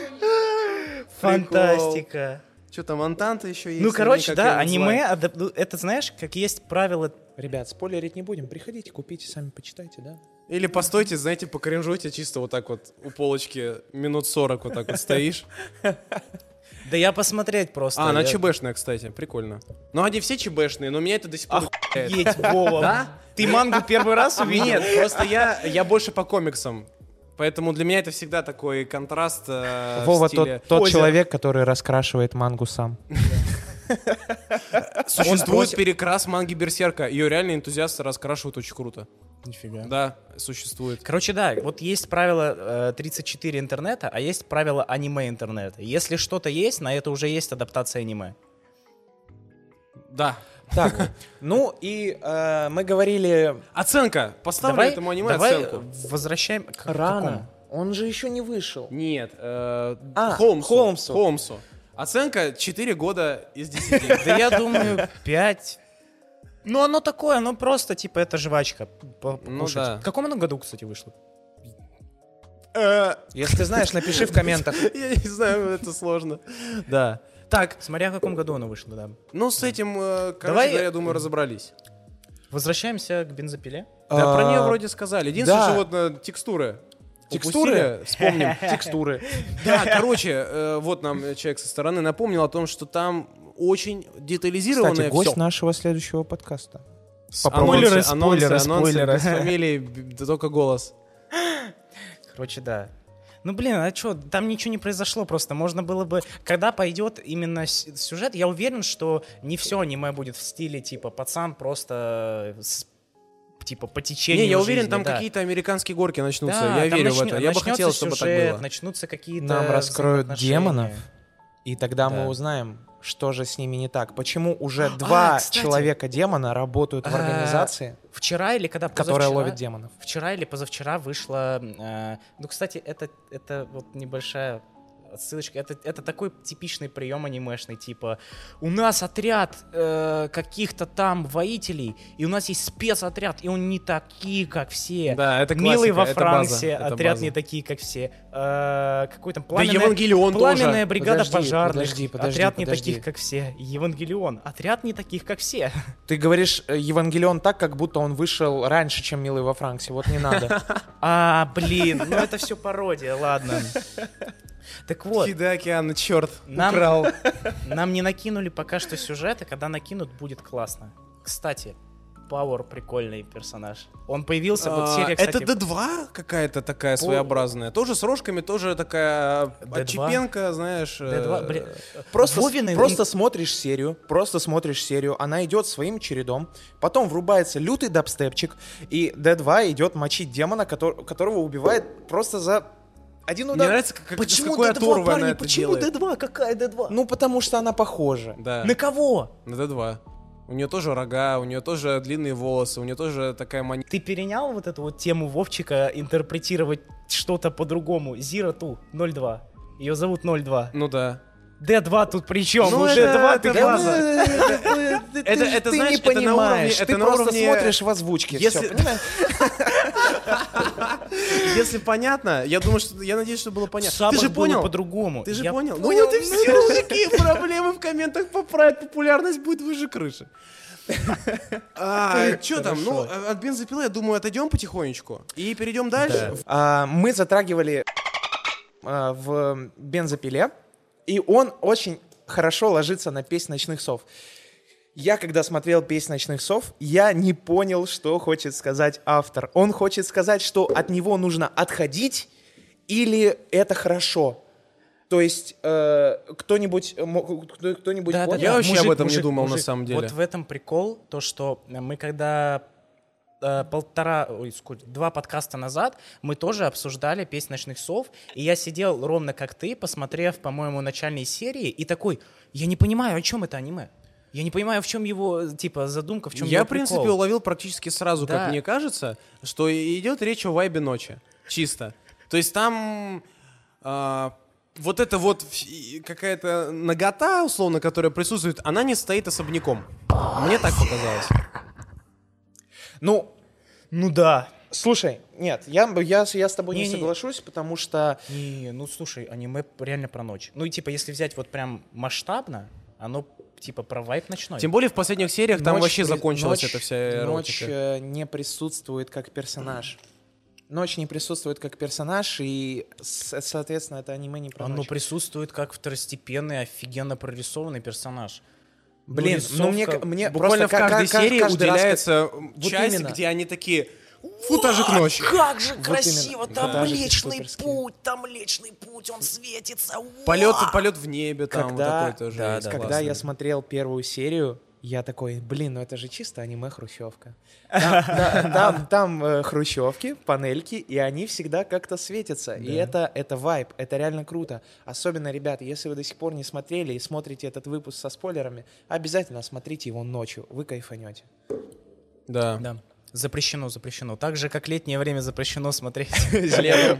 [SPEAKER 7] Япония.
[SPEAKER 5] Фантастика.
[SPEAKER 4] Что там, Антанта еще есть?
[SPEAKER 5] Ну,
[SPEAKER 4] или
[SPEAKER 5] короче,
[SPEAKER 4] как
[SPEAKER 5] да,
[SPEAKER 4] ее называют?
[SPEAKER 5] аниме, адап- ну, это знаешь, как есть правила...
[SPEAKER 6] Ребят, спойлерить не будем. Приходите, купите, сами почитайте, да?
[SPEAKER 4] Или постойте, знаете, покоринжуйте чисто вот так вот у полочки минут 40 вот так вот стоишь.
[SPEAKER 5] Да я посмотреть просто.
[SPEAKER 4] А, она
[SPEAKER 5] я-
[SPEAKER 4] ЧБшная, кстати, прикольно. Ну, они все ЧБшные, но меня это до сих пор... охуевает.
[SPEAKER 5] Охуеть, Вова. Ты мангу первый раз увидел?
[SPEAKER 4] Нет, просто я, я больше по комиксам. Поэтому для меня это всегда такой контраст
[SPEAKER 5] А
[SPEAKER 4] э, в
[SPEAKER 6] Вова
[SPEAKER 4] стиле-
[SPEAKER 6] тот, тот
[SPEAKER 4] Озеро.
[SPEAKER 6] человек, который раскрашивает мангу сам.
[SPEAKER 4] Существует перекрас манги Берсерка. Ее реально энтузиасты раскрашивают очень круто.
[SPEAKER 5] Нифига.
[SPEAKER 4] Да, существует.
[SPEAKER 5] Короче, да, вот есть правило э, 34 интернета, а есть правило аниме интернета. Если что-то есть, на это уже есть адаптация аниме.
[SPEAKER 4] Да.
[SPEAKER 6] Так, ну и э, мы говорили
[SPEAKER 4] Оценка. Поставлю этому аниме
[SPEAKER 5] давай
[SPEAKER 4] оценку.
[SPEAKER 5] э, возвращаем к
[SPEAKER 6] рано. Он же еще не вышел.
[SPEAKER 4] Нет. э,
[SPEAKER 6] А,
[SPEAKER 4] Холмсу.
[SPEAKER 6] Холмсу.
[SPEAKER 4] Холмсу. Оценка 4 года из 10.
[SPEAKER 5] какому? Да я думаю, 5. Ну, оно такое, оно просто, типа, это жвачка. По-
[SPEAKER 4] Ну
[SPEAKER 5] покушать.
[SPEAKER 4] да.
[SPEAKER 5] В каком оно году, кстати, вышло?
[SPEAKER 6] Если ты знаешь, напиши в комментах.
[SPEAKER 4] Э, Я не знаю, это сложно. Да. Так,
[SPEAKER 5] Смотря в каком году оно вышло, да.
[SPEAKER 4] ну с этим, э, короче
[SPEAKER 5] Давай-
[SPEAKER 4] говоря, я думаю, разобрались.
[SPEAKER 5] Возвращаемся к бензопиле.
[SPEAKER 4] Да, про нее
[SPEAKER 6] А,
[SPEAKER 4] вроде сказали. Единственное,
[SPEAKER 6] да.
[SPEAKER 4] что вот э, текстуры.
[SPEAKER 6] Текстуры?
[SPEAKER 4] Упустили, Вспомним. Текстуры. Да, короче, э, вот нам человек со стороны напомнил о том, что там очень детализированное
[SPEAKER 6] Кстати, гость
[SPEAKER 4] всё.
[SPEAKER 6] нашего следующего подкаста.
[SPEAKER 4] С
[SPEAKER 5] Попробуйте.
[SPEAKER 4] анонсы,
[SPEAKER 5] Спойлеры,
[SPEAKER 4] анонсы, анонсы,
[SPEAKER 5] спойлеры,
[SPEAKER 4] без
[SPEAKER 5] спойлеры.
[SPEAKER 4] фамилии, б- да только голос.
[SPEAKER 5] Короче, да. Ну, блин, а что, там ничего не произошло просто. Можно было бы... Когда пойдет именно с- сюжет, я уверен, что не все аниме будет в стиле, типа, пацан просто... э, с- типа, по течению
[SPEAKER 4] Не, я уверен,
[SPEAKER 5] жизни,
[SPEAKER 4] там
[SPEAKER 5] да.
[SPEAKER 4] какие-то американские горки начнутся.
[SPEAKER 5] Да,
[SPEAKER 4] я
[SPEAKER 5] там
[SPEAKER 4] верю в
[SPEAKER 5] начнё-
[SPEAKER 4] это. Я бы
[SPEAKER 5] начнётся
[SPEAKER 4] хотел, чтобы так
[SPEAKER 5] сюжет,
[SPEAKER 4] было.
[SPEAKER 5] Начнутся какие-то
[SPEAKER 6] Нам раскроют
[SPEAKER 5] взаимоотношения.
[SPEAKER 6] демонов. И тогда
[SPEAKER 5] Да.
[SPEAKER 6] мы узнаем, что же с ними не так. Почему уже два
[SPEAKER 5] А, кстати.
[SPEAKER 6] человека-демона работают в
[SPEAKER 5] А,
[SPEAKER 6] организации,
[SPEAKER 5] Вчера или когда?
[SPEAKER 6] которая
[SPEAKER 5] позавчера-
[SPEAKER 6] ловит демонов?
[SPEAKER 5] Вчера или позавчера вышла... э, ну, кстати, это, это вот небольшая отсылочка. Это, это такой типичный прием анимешный, типа у нас отряд э, каких-то там воителей, и у нас есть спецотряд, и он не такие, как все.
[SPEAKER 4] Да, это
[SPEAKER 5] Милый
[SPEAKER 4] классика,
[SPEAKER 5] во
[SPEAKER 4] это база,
[SPEAKER 5] Франции,
[SPEAKER 4] это
[SPEAKER 5] отряд
[SPEAKER 4] база.
[SPEAKER 5] не такие, как все. Э, какой там
[SPEAKER 4] Да
[SPEAKER 5] пламенная,
[SPEAKER 4] Евангелион
[SPEAKER 5] пламенная
[SPEAKER 4] тоже.
[SPEAKER 5] бригада
[SPEAKER 6] Подожди,
[SPEAKER 5] пожарных.
[SPEAKER 6] подожди, подожди,
[SPEAKER 5] отряд
[SPEAKER 6] подожди.
[SPEAKER 5] не таких, как все. Евангелион. Отряд не таких, как все.
[SPEAKER 6] Ты говоришь э, Евангелион так, как будто он вышел раньше, чем Милый во Франксе. Вот не надо.
[SPEAKER 5] А, блин, ну это все пародия, ладно. Так вот,
[SPEAKER 4] Хидаки, Анна, черт,
[SPEAKER 5] Нам-
[SPEAKER 4] украл.
[SPEAKER 5] нам не накинули пока что сюжета, когда накинут, будет классно. Кстати, Пауэр прикольный персонаж. Он появился, вот
[SPEAKER 4] А,
[SPEAKER 5] серия,
[SPEAKER 4] Это
[SPEAKER 5] кстати,
[SPEAKER 4] Д2 какая-то такая своеобразная. Тоже с рожками, тоже такая
[SPEAKER 5] Д2?
[SPEAKER 4] отчепенка, знаешь. э,
[SPEAKER 5] D2, блин.
[SPEAKER 6] Просто,
[SPEAKER 5] Вовины-
[SPEAKER 6] просто смотришь серию, просто смотришь серию, она идет своим чередом, потом врубается лютый дабстепчик, и D2 идет мочить демона, котор- которого убивает просто за один
[SPEAKER 4] Мне
[SPEAKER 6] удар.
[SPEAKER 4] нравится, как,
[SPEAKER 5] Почему
[SPEAKER 4] какое
[SPEAKER 5] D2,
[SPEAKER 4] оторванное
[SPEAKER 5] парни,
[SPEAKER 4] это
[SPEAKER 5] почему
[SPEAKER 4] делает.
[SPEAKER 5] D2? Какая D2?
[SPEAKER 6] Ну, потому что она похожа.
[SPEAKER 4] Да,
[SPEAKER 5] На кого?
[SPEAKER 4] на Д2. У нее тоже рога, у нее тоже длинные волосы, у нее тоже такая мани...
[SPEAKER 5] Ты перенял вот эту вот тему Вовчика интерпретировать что-то по-другому? Зира Ту, 02. Ее зовут 02.
[SPEAKER 4] Ну да.
[SPEAKER 5] D2 тут при чем?
[SPEAKER 4] Ну,
[SPEAKER 5] Уже
[SPEAKER 4] это-
[SPEAKER 5] 2 ты
[SPEAKER 4] это-
[SPEAKER 5] классно.
[SPEAKER 4] Это- э, это,
[SPEAKER 6] ты
[SPEAKER 4] знаешь,
[SPEAKER 6] не
[SPEAKER 4] это на
[SPEAKER 6] понимаешь,
[SPEAKER 4] уровне- это
[SPEAKER 6] ты
[SPEAKER 4] на
[SPEAKER 6] просто
[SPEAKER 4] уровне-
[SPEAKER 6] смотришь в озвучке. всё,
[SPEAKER 4] Если-
[SPEAKER 6] понимаешь?
[SPEAKER 4] Если понятно, я думаю, что... Я надеюсь, что было понятно. Ты
[SPEAKER 5] Сабах
[SPEAKER 4] же
[SPEAKER 5] было
[SPEAKER 4] понял?
[SPEAKER 5] по-другому.
[SPEAKER 4] Ты же
[SPEAKER 5] Я
[SPEAKER 4] понял? Ну, вот и все, мужики, проблемы в комментах поправят, популярность будет выше крыши. А, что там? Ну, от бензопилы, я думаю, отойдем потихонечку и перейдем дальше.
[SPEAKER 6] А, мы затрагивали а, в бензопиле, и он очень хорошо ложится на песнь ночных сов. Я, когда смотрел «Песнь ночных сов», я не понял, что хочет сказать автор. Он хочет сказать, что от него нужно отходить или это хорошо. То есть э, кто-нибудь э, мо- кто- кто-нибудь
[SPEAKER 5] Да, да,
[SPEAKER 6] понял?
[SPEAKER 5] да.
[SPEAKER 4] Я вообще об этом не думал, на самом деле.
[SPEAKER 5] Вот в этом прикол, то, что мы когда э, полтора, ой, сколько, два подкаста назад мы тоже обсуждали «Песнь ночных сов», и я сидел ровно как ты, посмотрев, по-моему, начальные серии, и такой, я не понимаю, о чем это аниме? Я не понимаю, в чем его, э, типа, задумка, в чем
[SPEAKER 4] Я,
[SPEAKER 5] его
[SPEAKER 4] в принципе,
[SPEAKER 5] прикол».
[SPEAKER 4] уловил практически сразу,
[SPEAKER 5] Да.
[SPEAKER 4] как мне кажется, что и- идет речь о вайбе ночи. Чисто. То есть там а, вот эта вот в- и какая-то нагота, условно, которая присутствует, она не стоит особняком. Мне так показалось.
[SPEAKER 6] Ну,
[SPEAKER 5] Ну да.
[SPEAKER 6] слушай, нет, я, я, я с тобой не,
[SPEAKER 5] Не-не-не.
[SPEAKER 6] соглашусь, потому что
[SPEAKER 5] Не, ну слушай, аниме реально про ночь. Ну и типа, если взять вот прям масштабно, оно типа про вайп ночной.
[SPEAKER 4] Тем более в последних сериях там
[SPEAKER 6] Ночь
[SPEAKER 4] вообще
[SPEAKER 6] при-
[SPEAKER 4] закончилась
[SPEAKER 6] ночь-
[SPEAKER 4] эта вся
[SPEAKER 6] Ночь
[SPEAKER 4] эротика.
[SPEAKER 6] э, не присутствует как персонаж. Ночь не присутствует как персонаж, и, со- соответственно, это аниме не
[SPEAKER 4] А,
[SPEAKER 6] про
[SPEAKER 4] ну,
[SPEAKER 5] Оно
[SPEAKER 6] ночь.
[SPEAKER 5] присутствует как второстепенный, офигенно прорисованный персонаж.
[SPEAKER 6] Блин,
[SPEAKER 5] ну,
[SPEAKER 6] ну, мне,
[SPEAKER 5] рисовка
[SPEAKER 6] мне
[SPEAKER 4] Буквально
[SPEAKER 6] Э, просто
[SPEAKER 4] в каждой
[SPEAKER 6] ка- ка-
[SPEAKER 4] серии
[SPEAKER 6] каждый раз,
[SPEAKER 4] уделяется
[SPEAKER 6] Вот
[SPEAKER 4] часть,
[SPEAKER 6] именно.
[SPEAKER 4] где они такие Футажик ночи.
[SPEAKER 8] Как же
[SPEAKER 6] красиво,
[SPEAKER 8] красиво,
[SPEAKER 6] там
[SPEAKER 8] там
[SPEAKER 6] Млечный
[SPEAKER 8] Млечный Путь, там Млечный Путь, он светится.
[SPEAKER 4] Полет, полет в небе там
[SPEAKER 6] когда,
[SPEAKER 4] вот такой тоже.
[SPEAKER 6] да,
[SPEAKER 4] есть
[SPEAKER 6] да, когда
[SPEAKER 4] классный.
[SPEAKER 6] я смотрел первую серию, я такой, блин, ну это же чисто аниме Хрущевка. Там, да, там- там, э, Хрущевки, панельки, и они всегда как-то светятся. И это, это вайб, это реально круто. Особенно, ребят, если вы до сих пор не смотрели и смотрите этот выпуск со спойлерами, обязательно смотрите его ночью, вы кайфанете.
[SPEAKER 4] Да.
[SPEAKER 5] Да. Запрещено, запрещено. Так же, как летнее время запрещено смотреть
[SPEAKER 4] Летом.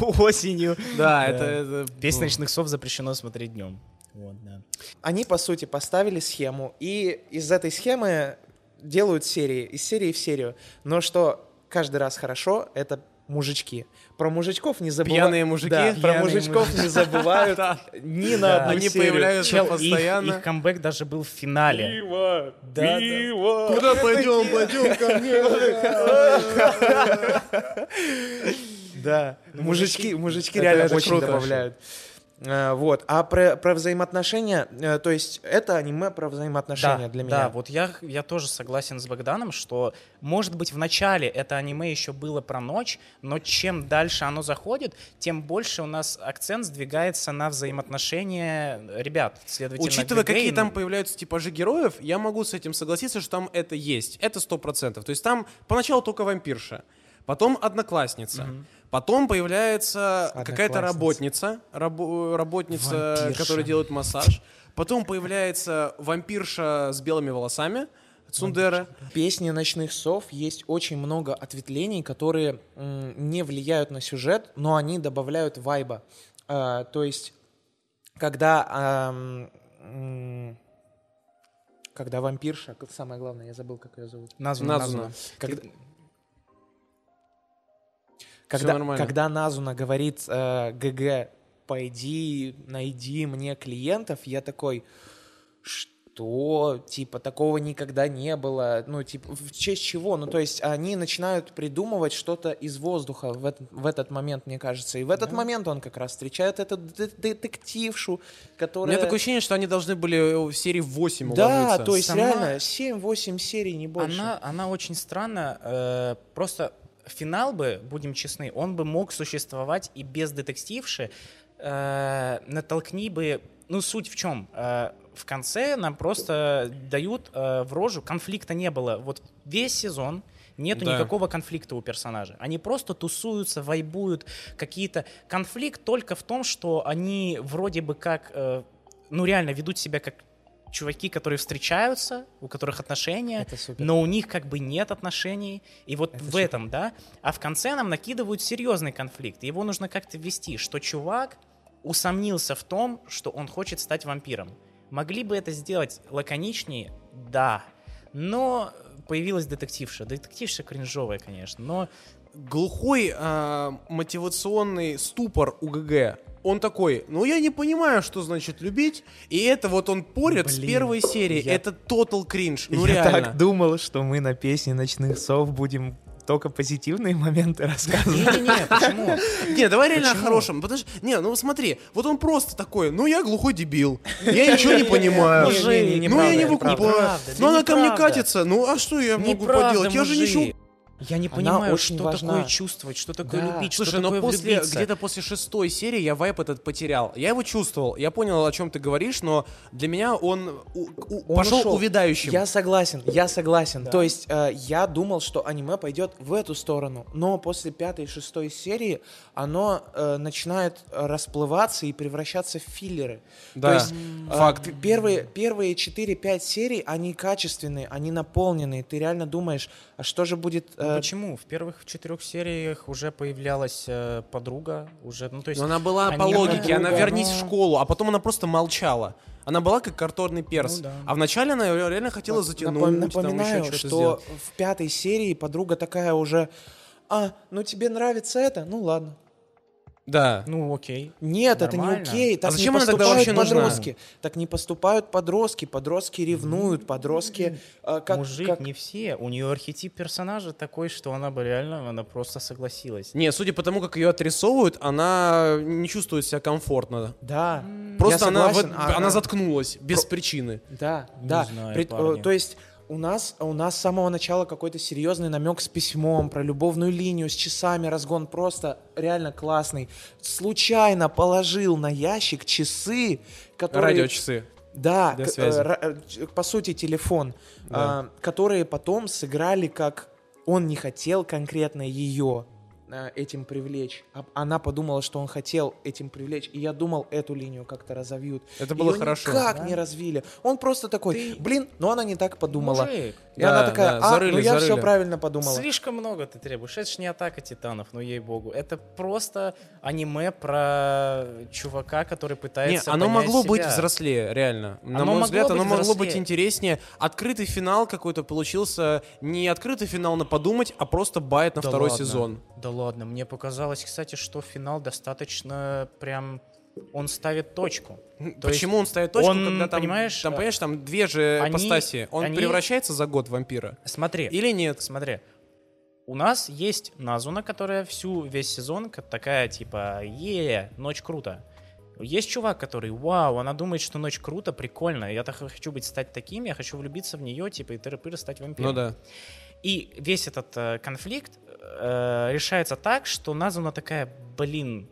[SPEAKER 5] о- осенью.
[SPEAKER 4] Да, это- это...
[SPEAKER 5] Песнь ночных сов запрещено смотреть днем. Вот, да.
[SPEAKER 6] Они, по сути, поставили схему, и из этой схемы делают серии, из серии в серию. Но что каждый раз хорошо, это мужички. Про мужичков не забывают.
[SPEAKER 4] Пьяные мужики?
[SPEAKER 6] Да, про
[SPEAKER 4] Пьяные
[SPEAKER 6] мужичков не забывают ни на одну
[SPEAKER 4] Они
[SPEAKER 6] серию.
[SPEAKER 4] появляются
[SPEAKER 5] Чел, их-
[SPEAKER 4] постоянно.
[SPEAKER 5] Их камбэк даже был в финале. Да, да.
[SPEAKER 4] Куда пойдем, пойдем ко мне.
[SPEAKER 6] Да. Мужички, мужички
[SPEAKER 4] Это-
[SPEAKER 6] реально
[SPEAKER 4] это
[SPEAKER 6] очень
[SPEAKER 4] круто
[SPEAKER 6] добавляют. Э, Вот. А про, про взаимоотношения, э, то есть это аниме про взаимоотношения
[SPEAKER 5] Да,
[SPEAKER 6] для меня.
[SPEAKER 5] да, вот я, я тоже согласен с Богданом, что, может быть, в начале это аниме еще было про ночь, но чем дальше оно заходит, тем больше у нас акцент сдвигается на взаимоотношения ребят, следовательно,
[SPEAKER 4] Учитывая, какие
[SPEAKER 5] Гэгейн.
[SPEAKER 4] там появляются типажи героев, я могу с этим согласиться, что там это есть. Это сто процентов. То есть там поначалу только вампирша, потом одноклассница, потом появляется какая-то
[SPEAKER 6] Одноклассница.
[SPEAKER 4] работница, рабо- работница,
[SPEAKER 5] Вампирша.
[SPEAKER 4] которая делает массаж, потом появляется вампирша с белыми волосами, Цундера.
[SPEAKER 6] В песне «Ночных сов» есть очень много ответвлений, которые м, не влияют на сюжет, но они добавляют вайба. А, то есть, когда... ам, м, когда вампирша, как- самое главное, я забыл, как ее зовут.
[SPEAKER 5] Назуна,
[SPEAKER 4] Назуна.
[SPEAKER 5] Назуна.
[SPEAKER 6] Когда,
[SPEAKER 5] Ты-
[SPEAKER 6] когда,
[SPEAKER 4] нормально.
[SPEAKER 6] когда Назуна говорит э, ГГ, пойди, найди мне клиентов, я такой, что, типа, такого никогда не было, ну, типа, в честь чего, ну, то есть они начинают придумывать что-то из воздуха в, этот- в этот момент, мне кажется, и в этот момент он как раз встречает эту де- детектившу,
[SPEAKER 4] У
[SPEAKER 6] которая...
[SPEAKER 4] меня такое ощущение, что они должны были в серии 8
[SPEAKER 6] Да,
[SPEAKER 4] уложиться.
[SPEAKER 6] то есть
[SPEAKER 5] Сама-
[SPEAKER 6] реально 7-8 серий, не больше.
[SPEAKER 5] Она, она очень странно, э, просто финал бы, будем честны, он бы мог существовать и без детективши, э, натолкни бы, ну суть в чем, э, в конце нам просто дают э, в рожу, конфликта не было, вот весь сезон нету
[SPEAKER 4] Да.
[SPEAKER 5] никакого конфликта у персонажа, они просто тусуются, вайбуют, какие-то, конфликт только в том, что они вроде бы как, э, ну реально ведут себя как чуваки, которые встречаются, у которых отношения,
[SPEAKER 6] Это супер.
[SPEAKER 5] но у них как бы нет отношений. И вот
[SPEAKER 6] Это
[SPEAKER 5] в
[SPEAKER 6] супер.
[SPEAKER 5] этом, да. А в конце нам накидывают серьезный конфликт. Его нужно как-то вести, что чувак усомнился в том, что он хочет стать вампиром. Могли бы это сделать лаконичнее? Да. Но появилась детективша. Детективша кринжовая, конечно, но
[SPEAKER 4] глухой а, мотивационный ступор у ГГ. Он такой, ну я не понимаю, что значит любить. И это вот он порит с
[SPEAKER 6] Блин,
[SPEAKER 4] первой серии.
[SPEAKER 6] я-
[SPEAKER 4] Это тотал кринж. Ну
[SPEAKER 6] я
[SPEAKER 4] реально.
[SPEAKER 6] так думал, что мы на песне «Ночных сов» будем только позитивные моменты рассказывать.
[SPEAKER 5] не-не-не, почему?
[SPEAKER 4] Не, давай реально о хорошем. Потому что, не, ну смотри, вот он просто такой, ну я глухой дебил. Я ничего не
[SPEAKER 6] Э,
[SPEAKER 4] понимаю.
[SPEAKER 5] мужик,
[SPEAKER 4] Ну я не выкупаю.
[SPEAKER 5] Неправда, да
[SPEAKER 4] Ну она ко мне
[SPEAKER 5] неправда.
[SPEAKER 4] катится. Ну а что я могу
[SPEAKER 5] Неправда,
[SPEAKER 4] поделать? Я же
[SPEAKER 5] мужик.
[SPEAKER 4] ничего.
[SPEAKER 5] Я не
[SPEAKER 6] Она
[SPEAKER 5] понимаю,
[SPEAKER 6] очень
[SPEAKER 5] что
[SPEAKER 6] важна.
[SPEAKER 5] такое чувствовать, что такое
[SPEAKER 6] Да.
[SPEAKER 5] любить, что
[SPEAKER 4] А, Слушай,
[SPEAKER 5] такое
[SPEAKER 4] но после,
[SPEAKER 5] влюбиться.
[SPEAKER 4] где-то после шестой серии я вайп этот потерял. Я его чувствовал, я понял, о чем ты говоришь, но для меня он, у- у-
[SPEAKER 6] Он
[SPEAKER 4] пошел
[SPEAKER 6] ушел.
[SPEAKER 4] увядающим.
[SPEAKER 6] Я согласен, я согласен. То есть э, я думал, что аниме пойдет в эту сторону, но после пятой и шестой серии оно э, начинает э, расплываться и превращаться в филлеры.
[SPEAKER 4] Да,
[SPEAKER 6] То есть э, п- первые, первые 4-5 серий, они качественные, они наполненные. Ты реально думаешь, а что же будет...
[SPEAKER 5] Ну
[SPEAKER 6] э,
[SPEAKER 5] почему? В первых четырех сериях уже появлялась э, подруга, уже, ну то есть.
[SPEAKER 4] Но она была по
[SPEAKER 5] аниме,
[SPEAKER 4] логике, она
[SPEAKER 5] подруга,
[SPEAKER 4] вернись в
[SPEAKER 5] но-
[SPEAKER 4] школу, а потом она просто молчала. Она была как картонный перс.
[SPEAKER 5] Ну да.
[SPEAKER 4] А вначале она реально хотела затянуть,
[SPEAKER 6] Напом-
[SPEAKER 4] там
[SPEAKER 6] Напоминаю,
[SPEAKER 4] еще что-то
[SPEAKER 6] что
[SPEAKER 4] сделать.
[SPEAKER 6] в пятой серии подруга такая уже, а, ну тебе нравится это? Ну ладно.
[SPEAKER 4] Да.
[SPEAKER 5] Ну окей.
[SPEAKER 6] Нет, это
[SPEAKER 5] Нормально.
[SPEAKER 6] не окей. Так
[SPEAKER 4] А зачем
[SPEAKER 6] не
[SPEAKER 4] она тогда
[SPEAKER 6] поступают
[SPEAKER 4] вообще нужна?
[SPEAKER 6] подростки. Так не поступают подростки. Подростки ревнуют, подростки э, как,
[SPEAKER 5] Мужик
[SPEAKER 6] как-
[SPEAKER 5] не все. У нее архетип персонажа такой, что она бы реально, она просто согласилась.
[SPEAKER 4] Не, судя по тому, как ее отрисовывают, она не чувствует себя комфортно.
[SPEAKER 6] Да.
[SPEAKER 4] Просто
[SPEAKER 6] Я
[SPEAKER 4] она,
[SPEAKER 6] согласен,
[SPEAKER 4] вот-
[SPEAKER 6] а
[SPEAKER 4] она заткнулась без причины.
[SPEAKER 6] Да, да.
[SPEAKER 5] знаю,
[SPEAKER 6] Пред- э,
[SPEAKER 5] парни.
[SPEAKER 6] То есть у нас, у нас с самого начала какой-то серьезный намек с письмом про любовную линию с часами, разгон просто реально классный. Случайно положил на ящик часы, которые...
[SPEAKER 4] Радиочасы.
[SPEAKER 6] Да,
[SPEAKER 4] Для
[SPEAKER 6] к- э,
[SPEAKER 4] связи.
[SPEAKER 6] ра- э, ч- по сути, телефон, а, которые потом сыграли, как он не хотел конкретно ее а, этим привлечь. А она подумала, что он хотел этим привлечь. И я думал, эту линию как-то разовьют.
[SPEAKER 4] Это было
[SPEAKER 6] Её
[SPEAKER 4] хорошо,
[SPEAKER 6] никак не развили. Он просто такой, блин, но она не так подумала.
[SPEAKER 5] Мужик,
[SPEAKER 6] И
[SPEAKER 4] Да,
[SPEAKER 6] она такая,
[SPEAKER 4] да,
[SPEAKER 6] а,
[SPEAKER 4] зарыли,
[SPEAKER 6] ну я все
[SPEAKER 4] зарыли».
[SPEAKER 6] правильно подумала.
[SPEAKER 5] слишком много ты требуешь. Это ж не атака титанов, ну ей-богу. Это просто аниме про чувака, который пытается
[SPEAKER 4] Не, оно
[SPEAKER 5] понять
[SPEAKER 4] могло быть
[SPEAKER 5] себя.
[SPEAKER 4] взрослее, реально. На
[SPEAKER 5] Оно
[SPEAKER 4] мой
[SPEAKER 5] могло
[SPEAKER 4] взгляд,
[SPEAKER 5] быть
[SPEAKER 4] оно могло
[SPEAKER 5] взрослее.
[SPEAKER 4] быть интереснее. Открытый финал какой-то получился. Не открытый финал на подумать, а просто байт на
[SPEAKER 5] Да
[SPEAKER 4] второй
[SPEAKER 5] ладно.
[SPEAKER 4] сезон.
[SPEAKER 5] Да ладно, мне показалось, кстати, что финал достаточно прям... Он ставит точку. То есть
[SPEAKER 4] Почему он ставит точку,
[SPEAKER 5] он,
[SPEAKER 4] когда там,
[SPEAKER 5] понимаешь,
[SPEAKER 4] там,
[SPEAKER 5] э,
[SPEAKER 4] понимаешь, там две же
[SPEAKER 5] они-
[SPEAKER 4] апостаси. Он
[SPEAKER 5] они-
[SPEAKER 4] превращается за год в вампира?
[SPEAKER 5] Смотри,
[SPEAKER 4] Или нет?
[SPEAKER 5] смотри. У нас есть Назуна, которая всю весь сезон ка- такая типа е ночь круто. Есть чувак, который, вау, она думает, что ночь круто, прикольно, я так хочу быть стать таким, я хочу влюбиться в нее, типа, и тыры-пыры стать вампиром.
[SPEAKER 4] Ну да.
[SPEAKER 5] И весь этот э, конфликт э, решается так, что Назуна такая, блин,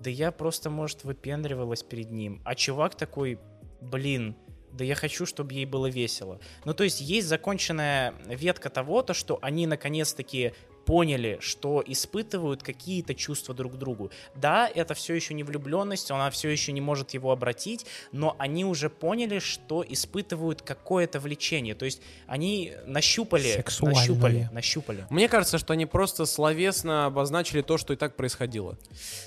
[SPEAKER 5] да я просто, может, выпендривалась перед ним. А чувак такой, блин, да я хочу, чтобы ей было весело. Ну, то есть есть законченная ветка того, то, что они наконец-таки поняли, что испытывают какие-то чувства друг к другу. Да, это все еще не влюбленность, она все еще не может его обратить, но они уже поняли, что испытывают какое-то влечение. То есть они нащупали,
[SPEAKER 6] Сексуальное.
[SPEAKER 5] нащупали, нащупали.
[SPEAKER 4] Мне кажется, что они просто словесно обозначили то, что и так происходило.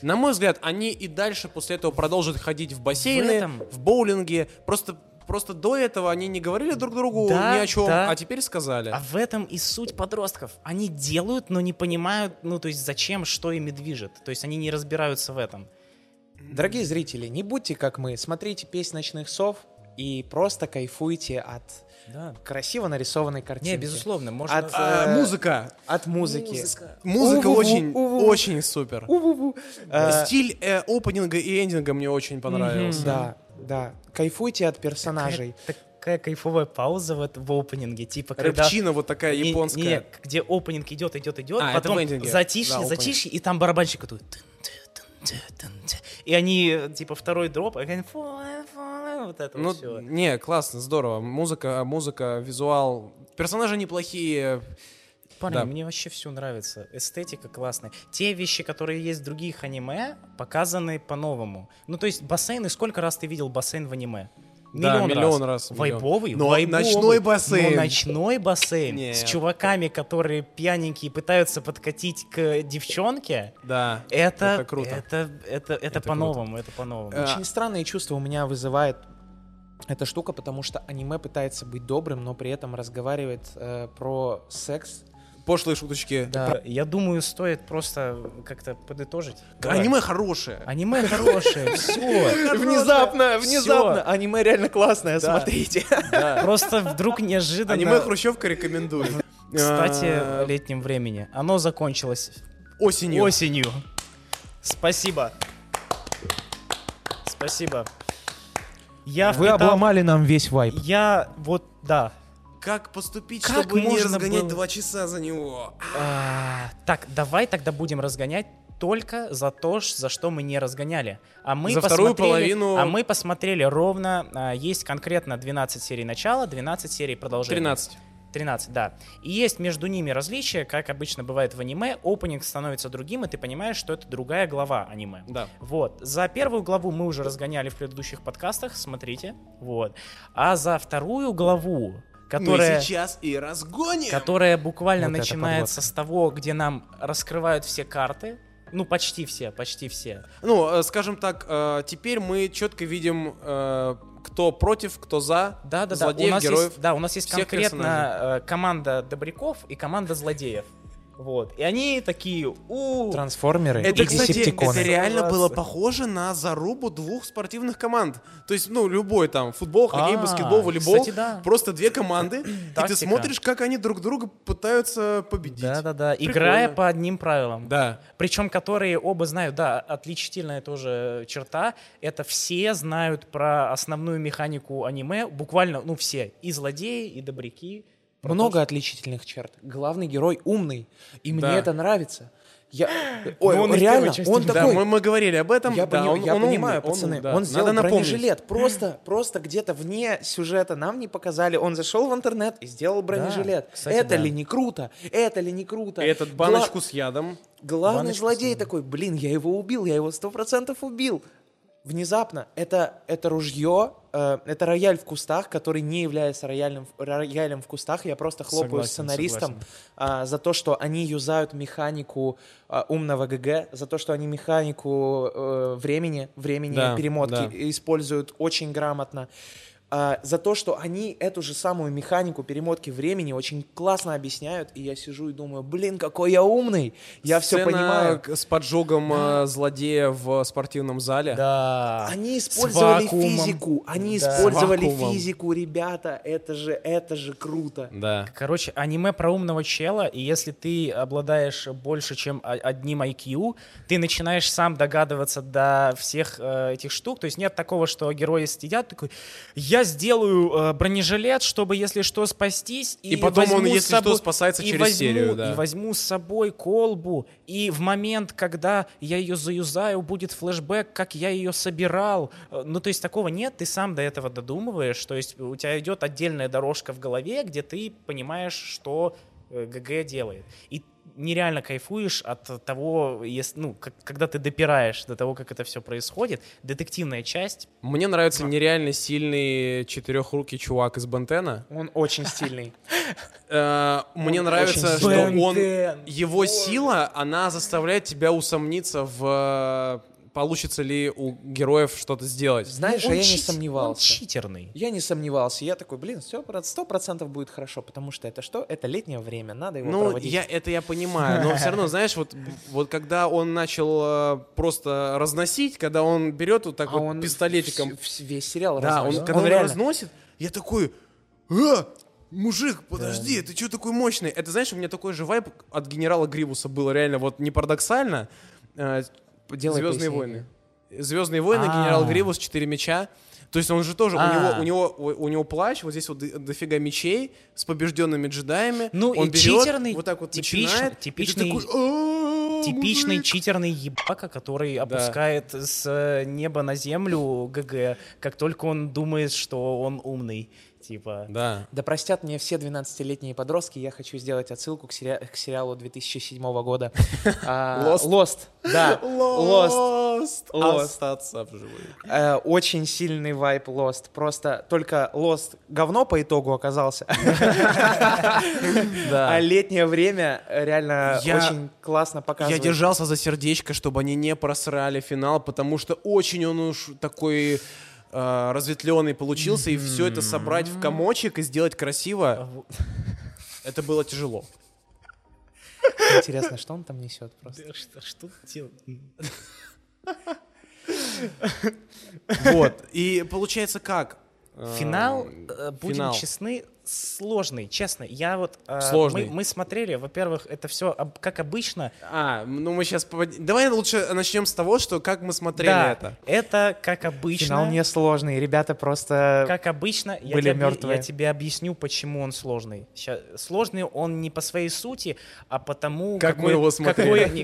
[SPEAKER 4] На мой взгляд, они и дальше после этого продолжат ходить в бассейны,
[SPEAKER 5] В
[SPEAKER 4] в,
[SPEAKER 5] этом-
[SPEAKER 4] боулинге. Просто, просто до этого они не говорили друг другу
[SPEAKER 5] Да,
[SPEAKER 4] ни о чем,
[SPEAKER 5] да.
[SPEAKER 4] а теперь сказали.
[SPEAKER 5] А в этом и суть подростков. Они делают, но не понимают, ну, то есть зачем, что ими движет. То есть они не разбираются в этом.
[SPEAKER 6] Дорогие зрители, не будьте как мы, смотрите «Песнь ночных сов» и просто кайфуйте от
[SPEAKER 5] Да.
[SPEAKER 6] красиво нарисованной картинки.
[SPEAKER 5] Не, безусловно, можно...
[SPEAKER 6] От,
[SPEAKER 4] А,
[SPEAKER 6] э,
[SPEAKER 4] музыка.
[SPEAKER 6] От музыки.
[SPEAKER 4] Музыка
[SPEAKER 6] Уву,
[SPEAKER 4] очень,
[SPEAKER 6] уву.
[SPEAKER 4] очень супер.
[SPEAKER 6] У-ву-ву. Э,
[SPEAKER 4] Стиль э, опенинга и эндинга мне очень понравился.
[SPEAKER 6] Да, да. Кайфуйте от персонажей.
[SPEAKER 5] Такая кайфовая пауза в, эт- в опенинге, типа когда...
[SPEAKER 4] Рыбчина вот такая
[SPEAKER 5] Не-
[SPEAKER 4] японская.
[SPEAKER 5] не, где опенинг идет, идет, идет,
[SPEAKER 4] А, это
[SPEAKER 5] потом
[SPEAKER 4] в эндинге. Да,
[SPEAKER 5] затишье,
[SPEAKER 4] опенинг.
[SPEAKER 5] затишье, и там барабанщик идут. Тын-ты-тын-ты-тын-ты. И они, э, типа, второй дроп, и они фу, э, фу, э, вот это
[SPEAKER 4] Ну,
[SPEAKER 5] вот все.
[SPEAKER 4] не, классно, здорово. Музыка, музыка, визуал. Персонажи неплохие.
[SPEAKER 5] Парни,
[SPEAKER 4] Да.
[SPEAKER 5] мне вообще все нравится. Эстетика классная. Те вещи, которые есть в других аниме, показаны по-новому. Ну, то есть бассейны, сколько раз ты видел бассейн в аниме?
[SPEAKER 4] Да, миллион раз, миллион.
[SPEAKER 5] Вайбовый?
[SPEAKER 4] Но
[SPEAKER 5] вайбовый.
[SPEAKER 4] ночной бассейн.
[SPEAKER 5] Но Ну, ночной бассейн с
[SPEAKER 4] Нет.
[SPEAKER 5] чуваками, которые пьяненькие пытаются подкатить к девчонке.
[SPEAKER 4] Да.
[SPEAKER 5] Это,
[SPEAKER 4] Это круто.
[SPEAKER 5] Это, это, это, по-новому, это по-новому.
[SPEAKER 4] Э,
[SPEAKER 6] Очень странные чувства у меня вызывает эта штука, потому что аниме пытается быть добрым, но при этом разговаривает э, про секс.
[SPEAKER 4] Пошлые шуточки.
[SPEAKER 5] Я думаю, стоит просто как-то подытожить. Давай.
[SPEAKER 4] Аниме хорошее.
[SPEAKER 5] Аниме хорошее, все.
[SPEAKER 6] Внезапно,
[SPEAKER 5] внезапно.
[SPEAKER 6] Аниме реально классное, смотрите.
[SPEAKER 5] Просто вдруг неожиданно.
[SPEAKER 4] Аниме Хрущевка рекомендую.
[SPEAKER 5] Кстати,
[SPEAKER 4] А,
[SPEAKER 5] летним времени. Оно закончилось
[SPEAKER 4] осенью.
[SPEAKER 5] осенью. Спасибо. Спасибо.
[SPEAKER 4] Э,
[SPEAKER 5] Я
[SPEAKER 6] Вы
[SPEAKER 5] впитал-
[SPEAKER 6] обломали нам весь вайп.
[SPEAKER 5] Я вот, да.
[SPEAKER 4] Как поступить,
[SPEAKER 5] Как
[SPEAKER 4] чтобы не
[SPEAKER 5] можно
[SPEAKER 4] разгонять
[SPEAKER 5] было?
[SPEAKER 4] два часа за него?
[SPEAKER 5] А, так, давай тогда будем разгонять только за то, ш- за что мы не разгоняли. А мы
[SPEAKER 4] За вторую
[SPEAKER 5] посмотрели-
[SPEAKER 4] половину-
[SPEAKER 5] А мы посмотрели ровно, а, есть конкретно 12 серий начала, 12 серий продолжения.
[SPEAKER 4] 13.
[SPEAKER 5] 13, да. И есть между ними различия, как обычно бывает в аниме, опенинг становится другим, и ты понимаешь, что это другая глава аниме.
[SPEAKER 4] Да.
[SPEAKER 5] Вот. За первую главу мы уже разгоняли в предыдущих подкастах, смотрите. Вот. А за вторую главу,
[SPEAKER 4] Мы
[SPEAKER 5] которая...
[SPEAKER 4] сейчас и разгоним.
[SPEAKER 5] Которая буквально
[SPEAKER 6] Вот это
[SPEAKER 5] начинается с того, где нам раскрывают все карты. Ну, почти все, почти все.
[SPEAKER 4] Ну, э, скажем так, э, теперь мы четко видим, э, кто против, кто за.
[SPEAKER 5] Да, да, да. У
[SPEAKER 4] Злодеев,
[SPEAKER 5] нас
[SPEAKER 4] героев.
[SPEAKER 5] есть, да, у нас есть
[SPEAKER 4] всех
[SPEAKER 5] конкретно э, команда добряков и команда злодеев. Вот. И они такие, у
[SPEAKER 6] Трансформеры
[SPEAKER 4] Это,
[SPEAKER 6] и
[SPEAKER 4] кстати,
[SPEAKER 6] десептиконы.
[SPEAKER 4] это реально было
[SPEAKER 5] Согласен.
[SPEAKER 4] похоже на зарубу двух спортивных команд. То есть, ну, любой там, футбол, хоккей,
[SPEAKER 5] А,
[SPEAKER 4] баскетбол, волейбол.
[SPEAKER 5] кстати, да.
[SPEAKER 4] Просто две команды, и ты
[SPEAKER 5] Тактика.
[SPEAKER 4] смотришь, как они друг друга пытаются победить.
[SPEAKER 5] Да, да, да.
[SPEAKER 4] Прикольно.
[SPEAKER 5] Играя по одним правилам.
[SPEAKER 4] Да.
[SPEAKER 5] Причем которые оба знают, да, отличительная тоже черта. Это все знают про основную механику аниме. Буквально, ну, все. И злодеи, и добряки,
[SPEAKER 6] Про Много отличительных черт. Главный герой умный, и мне
[SPEAKER 4] Да. Ну,
[SPEAKER 6] это нравится. Я... Ой,
[SPEAKER 9] он и в
[SPEAKER 6] реально,
[SPEAKER 9] первой части
[SPEAKER 6] он
[SPEAKER 4] Да,
[SPEAKER 6] такой...
[SPEAKER 4] мы, мы говорили об этом.
[SPEAKER 6] Я,
[SPEAKER 4] да,
[SPEAKER 6] пони-
[SPEAKER 4] он-
[SPEAKER 6] я
[SPEAKER 4] он умный,
[SPEAKER 6] понимаю,
[SPEAKER 4] он-
[SPEAKER 6] пацаны, он,
[SPEAKER 4] да,
[SPEAKER 6] сделал
[SPEAKER 4] Надо напомнить.
[SPEAKER 6] бронежилет. Просто, просто где-то вне сюжета нам не показали. Он зашел в интернет и сделал бронежилет.
[SPEAKER 5] кстати,
[SPEAKER 6] это
[SPEAKER 5] да.
[SPEAKER 6] ли не круто? Это ли не круто?
[SPEAKER 4] И этот
[SPEAKER 6] Гла-
[SPEAKER 4] баночку с ядом.
[SPEAKER 6] Главный
[SPEAKER 5] баночку
[SPEAKER 6] злодей такой, блин, я его убил, я его сто процентов убил. Внезапно это, это ружье, э, это рояль в кустах, который не является роялем, в- роялем в кустах. Я просто хлопаю
[SPEAKER 5] Согласен,
[SPEAKER 6] сценаристам
[SPEAKER 5] согласен.
[SPEAKER 6] а, за то, что они юзают механику а, умного ГГ, за то, что они механику э, времени, времени
[SPEAKER 4] Да,
[SPEAKER 6] перемотки
[SPEAKER 4] да.
[SPEAKER 6] используют очень грамотно. А, за то, что они эту же самую механику перемотки времени очень классно объясняют, и я сижу и думаю, блин, какой я умный, я все
[SPEAKER 4] Сцена
[SPEAKER 6] понимаю.
[SPEAKER 4] к- С поджогом э, злодея в спортивном зале.
[SPEAKER 5] Да.
[SPEAKER 6] Они использовали
[SPEAKER 5] вакуумом.
[SPEAKER 6] физику, они
[SPEAKER 5] Да.
[SPEAKER 6] использовали
[SPEAKER 4] С вакуумом.
[SPEAKER 6] физику, ребята, это же, это же круто.
[SPEAKER 4] Да.
[SPEAKER 5] Короче, аниме про умного чела, и если ты обладаешь больше, чем о- одним IQ, ты начинаешь сам догадываться до всех э, этих штук. То есть нет такого, что герои сидят такой, я сделаю э, бронежилет, чтобы, если что, спастись.
[SPEAKER 4] И потом он,
[SPEAKER 5] возьму с
[SPEAKER 4] если что,
[SPEAKER 5] собой-
[SPEAKER 4] спасается
[SPEAKER 5] и
[SPEAKER 4] через
[SPEAKER 5] возьму-
[SPEAKER 4] серию, да.
[SPEAKER 5] И возьму с собой колбу, и в момент, когда я ее заюзаю, будет флешбэк, как я ее собирал. Э, Ну, то есть такого нет, ты сам до этого додумываешь, то есть у тебя идет отдельная дорожка в голове, где ты понимаешь, что э, ГГ делает. И нереально кайфуешь от того, ес- ну, как- когда ты допираешь до того, как это все происходит. Детективная часть.
[SPEAKER 4] Мне нравится нереально сильный четырехрукий чувак из Бентена.
[SPEAKER 6] Он очень стильный.
[SPEAKER 4] Э, Мне нравится, что
[SPEAKER 6] здорово.
[SPEAKER 4] он его сила, она заставляет тебя усомниться в э, получится ли у героев что-то сделать.
[SPEAKER 6] Знаешь, а
[SPEAKER 5] Ну, Он
[SPEAKER 6] я не
[SPEAKER 5] чит- Он
[SPEAKER 6] сомневался.
[SPEAKER 5] читерный.
[SPEAKER 6] Я не сомневался. Я такой, блин, все, сто процентов будет хорошо, потому что это что? Это летнее время, надо его
[SPEAKER 4] Ну,
[SPEAKER 6] проводить.
[SPEAKER 4] я, это я понимаю, но все равно, знаешь, вот, вот когда он начал э, просто разносить, когда он берет вот так
[SPEAKER 6] А
[SPEAKER 4] вот
[SPEAKER 6] он
[SPEAKER 4] пистолетиком,
[SPEAKER 6] вс- вс- весь сериал
[SPEAKER 4] да, он,
[SPEAKER 6] разносит.
[SPEAKER 4] когда он,
[SPEAKER 6] реально-
[SPEAKER 4] разносит, я такой, «А, мужик, подожди, ты что такой мощный? Это, знаешь, у меня такой же вайб от генерала Гривуса было реально, вот не парадоксально, э,
[SPEAKER 6] Делай
[SPEAKER 4] Звездные
[SPEAKER 6] пояснение.
[SPEAKER 4] войны. Звездные войны,
[SPEAKER 5] А.
[SPEAKER 4] генерал Гривус, четыре меча. То есть он же тоже, у него, у, него, у, у него плащ, вот здесь вот до- дофига мечей с побежденными джедаями.
[SPEAKER 5] Ну и
[SPEAKER 4] он берет,
[SPEAKER 5] читерный,
[SPEAKER 4] вот так вот
[SPEAKER 5] типичный-
[SPEAKER 4] начинает, и ты
[SPEAKER 5] типичный-
[SPEAKER 4] такой, «А,
[SPEAKER 5] Типичный
[SPEAKER 4] мужик».
[SPEAKER 5] читерный ебака, который опускает с э, неба на землю ГГ, как только он думает, что он умный. Типа.
[SPEAKER 4] Да.
[SPEAKER 6] Да простят мне все 12-летние подростки, я хочу сделать отсылку к, сериа- к сериалу 2007 года. А,
[SPEAKER 4] Lost.
[SPEAKER 6] Lost, да. Lost. Lost.
[SPEAKER 4] Остаться в живых.
[SPEAKER 6] Э, Очень сильный вайп Lost. Просто только Lost говно по итогу оказался. А летнее время реально
[SPEAKER 4] Я-
[SPEAKER 6] очень классно
[SPEAKER 4] Я
[SPEAKER 6] показывает.
[SPEAKER 4] держался за сердечко, чтобы они не просрали финал, потому что очень он уж такой э, разветвленный получился, и все это собрать в комочек и сделать красиво, это было тяжело.
[SPEAKER 6] Интересно, что он там несет просто.
[SPEAKER 5] Что, что ты делал?
[SPEAKER 4] Вот. И получается как?
[SPEAKER 5] Финал,
[SPEAKER 4] Эм,
[SPEAKER 5] э, будем
[SPEAKER 4] финал.
[SPEAKER 5] честны, сложный, честно. Я вот... э,
[SPEAKER 4] Сложный.
[SPEAKER 5] Мы, мы смотрели, во-первых, это все как обычно.
[SPEAKER 4] А, ну мы сейчас... Давай лучше начнем с того, что как мы смотрели
[SPEAKER 5] да,
[SPEAKER 4] это.
[SPEAKER 5] это как обычно.
[SPEAKER 6] Финал несложный, ребята просто...
[SPEAKER 5] Как обычно, я,
[SPEAKER 6] были
[SPEAKER 5] тебе, объ-
[SPEAKER 6] мёртвые.
[SPEAKER 5] я тебе объясню, почему он сложный. Ща- сложный он не по своей сути, а потому,
[SPEAKER 4] Как мы его смотрели.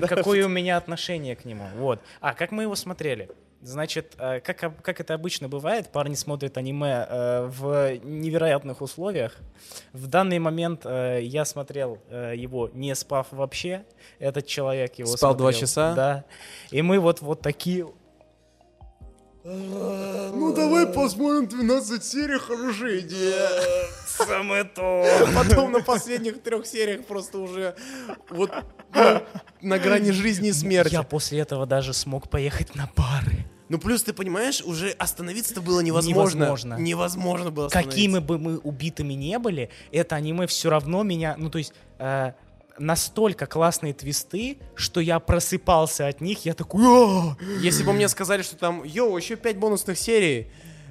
[SPEAKER 5] какое- какое у меня отношение к нему. Вот. А как мы его смотрели? Значит, э, как, об- как это обычно бывает, парни смотрят аниме э, в невероятных условиях. В данный момент э, я смотрел э, его не спав вообще. Этот человек его
[SPEAKER 4] Спал два
[SPEAKER 5] смотрел.
[SPEAKER 4] часа?
[SPEAKER 5] Да. И мы вот, вот такие
[SPEAKER 10] Ну давай посмотрим 12 серий, хорошая идея.
[SPEAKER 5] самое то.
[SPEAKER 4] Потом на последних трех сериях просто уже вот ну, на грани жизни и смерти.
[SPEAKER 5] Я после этого даже смог поехать на пары.
[SPEAKER 4] Ну плюс ты понимаешь, уже остановиться-то было невозможно.
[SPEAKER 5] Невозможно.
[SPEAKER 4] Невозможно было
[SPEAKER 5] Какими
[SPEAKER 4] остановиться.
[SPEAKER 5] бы мы убитыми не были, это аниме все равно меня, ну то есть э, настолько классные твисты, что я просыпался от них, я такой, «А!»
[SPEAKER 4] Если бы мне сказали, что там, йоу, еще пять бонусных серий,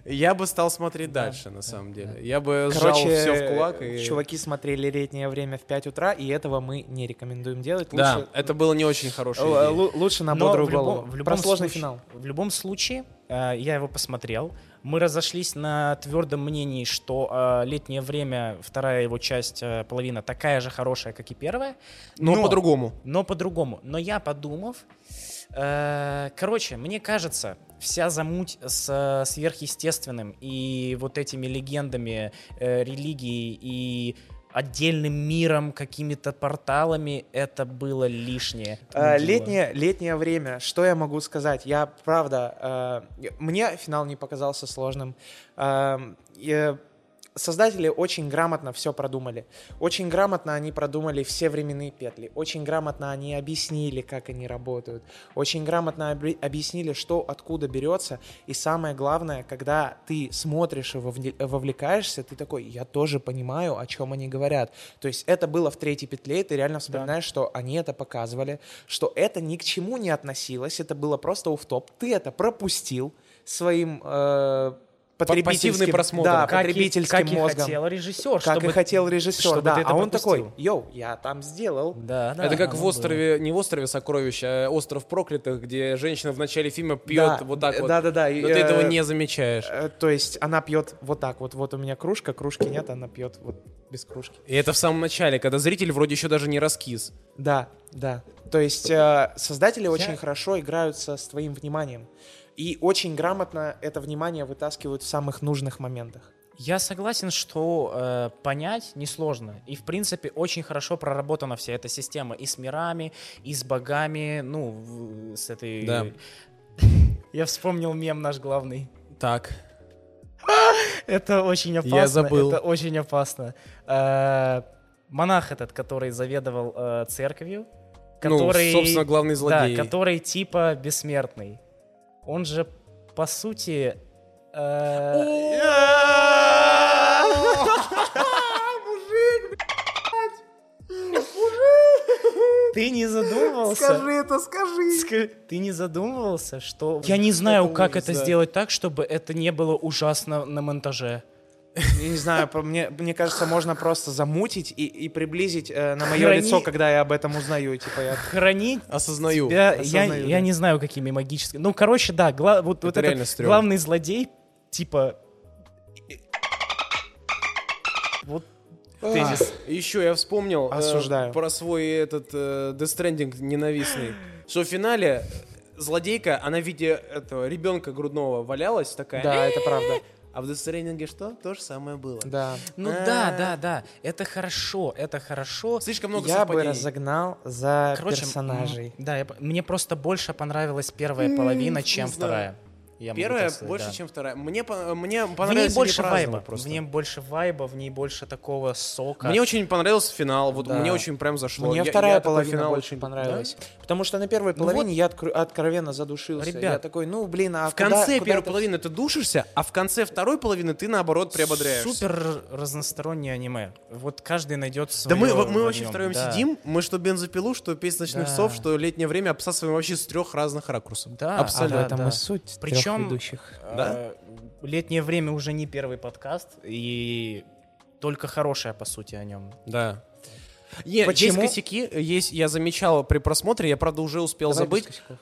[SPEAKER 4] Я бы стал смотреть дальше, на самом деле. Я бы сжал
[SPEAKER 6] Короче,
[SPEAKER 4] все в кулак.
[SPEAKER 5] э,
[SPEAKER 4] и-
[SPEAKER 6] чуваки смотрели летнее время в 5 утра, и этого мы не рекомендуем делать.
[SPEAKER 4] Да,
[SPEAKER 6] Лучше,
[SPEAKER 4] это было не очень хорошее.
[SPEAKER 6] л- лу- лучше на
[SPEAKER 5] Но
[SPEAKER 6] бодрую
[SPEAKER 5] в любом-
[SPEAKER 6] голову.
[SPEAKER 5] в любом
[SPEAKER 6] Про сложный
[SPEAKER 5] случае-
[SPEAKER 6] финал.
[SPEAKER 5] В любом случае, э, я его посмотрел. Мы разошлись на твердом мнении, что э, летнее время, вторая его часть, э, половина такая же хорошая, как и первая.
[SPEAKER 4] Но по-другому.
[SPEAKER 5] Но по-другому. Но я подумав, э, короче, мне кажется, вся замуть с э, сверхъестественным и вот этими легендами э, религии и отдельным миром, какими-то порталами, это было лишнее. Это
[SPEAKER 6] Э,
[SPEAKER 5] мудило.
[SPEAKER 6] Летнее, летнее время, что я могу сказать? Я, правда, э, мне финал не показался сложным. Э, э, Создатели очень грамотно все продумали. Очень грамотно они продумали все временные петли. Очень грамотно они объяснили, как они работают. Очень грамотно обе- объяснили, что откуда берется. И самое главное, когда ты смотришь и вовне- вовлекаешься, ты такой, я тоже понимаю, о чем они говорят. То есть это было в третьей петле, и ты реально вспоминаешь, что они это показывали, что это ни к чему не относилось, это было просто уфтоп. Ты это пропустил своим... э, потребительским-
[SPEAKER 4] пассивный просмотр.
[SPEAKER 6] Да,
[SPEAKER 5] Как и-
[SPEAKER 6] потребительским
[SPEAKER 5] как и
[SPEAKER 6] мозгом.
[SPEAKER 5] хотел режиссер,
[SPEAKER 6] Как
[SPEAKER 5] чтобы
[SPEAKER 6] и хотел режиссер,
[SPEAKER 5] чтобы
[SPEAKER 6] да.
[SPEAKER 5] ты это
[SPEAKER 6] А он
[SPEAKER 5] пропустил.
[SPEAKER 6] такой, йоу, я там сделал.
[SPEAKER 5] Да, да,
[SPEAKER 4] это как
[SPEAKER 5] оно
[SPEAKER 4] в
[SPEAKER 5] было.
[SPEAKER 4] острове, не в острове сокровищ, а остров проклятых, где женщина в начале фильма пьет
[SPEAKER 6] Да,
[SPEAKER 4] вот так
[SPEAKER 6] э,
[SPEAKER 4] вот.
[SPEAKER 6] да-да-да, и,
[SPEAKER 4] Но ты этого
[SPEAKER 6] э,
[SPEAKER 4] не замечаешь.
[SPEAKER 6] Э, То есть она пьет вот так вот. Вот у меня кружка, кружки нет, она пьет вот без кружки.
[SPEAKER 4] И это в самом начале, когда зритель вроде еще даже не раскис.
[SPEAKER 6] Да, да. То есть э, создатели очень хорошо играются с твоим вниманием. И очень грамотно это внимание вытаскивают в самых нужных моментах.
[SPEAKER 5] Я согласен, что э, понять несложно. И, в принципе, очень хорошо проработана вся эта система и с мирами, и с богами, ну, в- с этой...
[SPEAKER 4] Да.
[SPEAKER 5] Я вспомнил мем наш главный.
[SPEAKER 4] Так.
[SPEAKER 5] Это очень опасно.
[SPEAKER 4] забыл.
[SPEAKER 5] Это очень опасно. Э, монах этот, который заведовал э, церковью, который...
[SPEAKER 4] Ну, собственно, главный
[SPEAKER 5] да,
[SPEAKER 4] злодей.
[SPEAKER 5] который типа бессмертный. Он же, по сути... э, Ты не задумывался? Скажи это, скажи. Ты не задумывался, что... Я не знаю, как это сделать так, чтобы это не было ужасно на монтаже.
[SPEAKER 6] Я не знаю, по- мне, мне кажется, можно просто замутить и, и приблизить э, на мое
[SPEAKER 5] Храни-
[SPEAKER 6] лицо, когда я об этом узнаю. Типа я
[SPEAKER 5] Хранить
[SPEAKER 4] Осознаю.
[SPEAKER 5] тебя... Я,
[SPEAKER 6] Осознаю, да.
[SPEAKER 5] я не знаю, какими магическими... Ну, короче, да, гла- вот, вот
[SPEAKER 4] реально
[SPEAKER 5] этот
[SPEAKER 4] стрёмно.
[SPEAKER 5] главный злодей, типа... Вот
[SPEAKER 4] А.
[SPEAKER 5] тезис.
[SPEAKER 4] Еще я вспомнил э,
[SPEAKER 6] А. Осуждаю.
[SPEAKER 4] про свой этот э, Death Stranding ненавистный. Что в финале э, злодейка, она в виде этого ребенка грудного валялась такая.
[SPEAKER 6] Да, это правда.
[SPEAKER 4] А в Death Stranding что? То же самое было.
[SPEAKER 6] Да.
[SPEAKER 5] Ну
[SPEAKER 4] Э,
[SPEAKER 5] да, да, да, это хорошо, это хорошо.
[SPEAKER 4] Слишком много
[SPEAKER 6] я бы
[SPEAKER 4] совпадений.
[SPEAKER 6] разогнал за
[SPEAKER 5] Короче, м,
[SPEAKER 6] персонажей.
[SPEAKER 5] Да, я по- мне просто больше понравилась первая половина, чем
[SPEAKER 4] знаю.
[SPEAKER 5] вторая. Я могу
[SPEAKER 4] Первая
[SPEAKER 5] так сказать,
[SPEAKER 4] больше,
[SPEAKER 5] да.
[SPEAKER 4] чем вторая. Мне, по- мне
[SPEAKER 5] В ней
[SPEAKER 4] понравилось
[SPEAKER 5] больше вайба, в ней больше вайба, в ней больше такого сока.
[SPEAKER 4] Мне очень понравился финал, вот
[SPEAKER 6] Да.
[SPEAKER 4] мне очень прям зашло.
[SPEAKER 6] Мне
[SPEAKER 4] Я-
[SPEAKER 6] вторая
[SPEAKER 4] я такой
[SPEAKER 6] половина
[SPEAKER 4] финал
[SPEAKER 6] больше
[SPEAKER 4] очень-
[SPEAKER 6] понравилась. Потому что на первой половине я откро- откровенно задушился.
[SPEAKER 5] Ребят,
[SPEAKER 6] я такой, ну блин, а
[SPEAKER 4] В конце первой половины
[SPEAKER 6] половины
[SPEAKER 4] ты душишься, а в конце второй половины ты наоборот приободряешься.
[SPEAKER 5] Супер разностороннее аниме. Вот каждый найдет
[SPEAKER 4] Да
[SPEAKER 5] свое.
[SPEAKER 4] мы,
[SPEAKER 5] в
[SPEAKER 4] мы
[SPEAKER 5] нем,
[SPEAKER 4] вообще втроем
[SPEAKER 5] да.
[SPEAKER 4] сидим, мы что бензопилу, что песнь ночных
[SPEAKER 5] Да.
[SPEAKER 4] сов, что летнее время обсасываем вообще с трех разных ракурсов.
[SPEAKER 5] Да,
[SPEAKER 6] Абсолютно.
[SPEAKER 5] абсолютно.
[SPEAKER 6] А, этом и суть
[SPEAKER 5] Причем,
[SPEAKER 6] трёх ведущих.
[SPEAKER 5] Э, Летнее время уже не первый подкаст, и только хорошее, по сути, о нем.
[SPEAKER 4] Да. Е- Есть
[SPEAKER 6] Почему?
[SPEAKER 4] косяки, есть, я замечал при просмотре, я, правда, уже успел
[SPEAKER 6] Давай
[SPEAKER 4] забыть.
[SPEAKER 6] без косяков.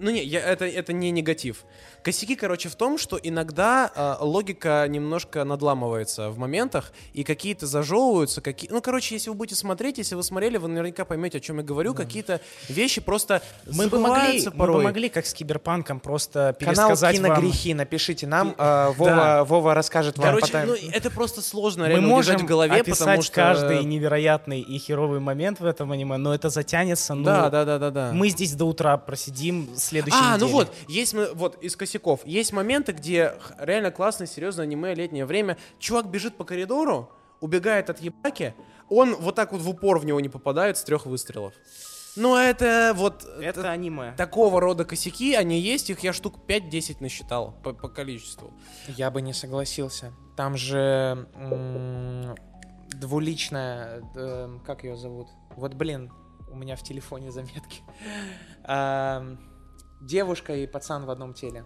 [SPEAKER 4] Ну не, я, это, это не негатив. Косяки, короче, в том, что иногда э, логика немножко надламывается в моментах, и какие-то зажевываются, какие... Ну, короче, если вы будете смотреть, если вы смотрели, вы наверняка поймете, о чем я говорю, какие-то вещи просто
[SPEAKER 5] Мы бы могли,
[SPEAKER 4] забываются
[SPEAKER 5] мы бы
[SPEAKER 4] порой.
[SPEAKER 5] могли, как с Киберпанком, просто
[SPEAKER 6] Канал
[SPEAKER 5] пересказать вам...
[SPEAKER 6] Киногрехи, напишите нам, э, Вова, Вова расскажет вам
[SPEAKER 4] Короче,
[SPEAKER 6] потом.
[SPEAKER 4] ну, это просто сложно
[SPEAKER 5] Мы
[SPEAKER 4] реально
[SPEAKER 5] можем
[SPEAKER 4] удержать в голове,
[SPEAKER 5] описать
[SPEAKER 4] потому что...
[SPEAKER 5] каждый невероятный и херовый момент в этом аниме, но это затянется. Ну,
[SPEAKER 4] Да, да, да, да, да.
[SPEAKER 5] Мы здесь до утра просидим следующий
[SPEAKER 4] А, ну вот, есть мо- вот из косяков. Есть моменты, где х- реально классное, серьезное аниме, летнее время. Чувак бежит по коридору, убегает от ебаки, он вот так вот в упор в него не попадает с трех выстрелов. Ну, это вот
[SPEAKER 5] Это аниме.
[SPEAKER 4] такого рода косяки, они есть, их я штук 5-10 насчитал по, по количеству.
[SPEAKER 6] Я бы не согласился. Там же м, двуличная, э, как ее зовут? Вот блин, у меня в Эм, телефоне заметки. Ам, Девушка и пацан в одном теле.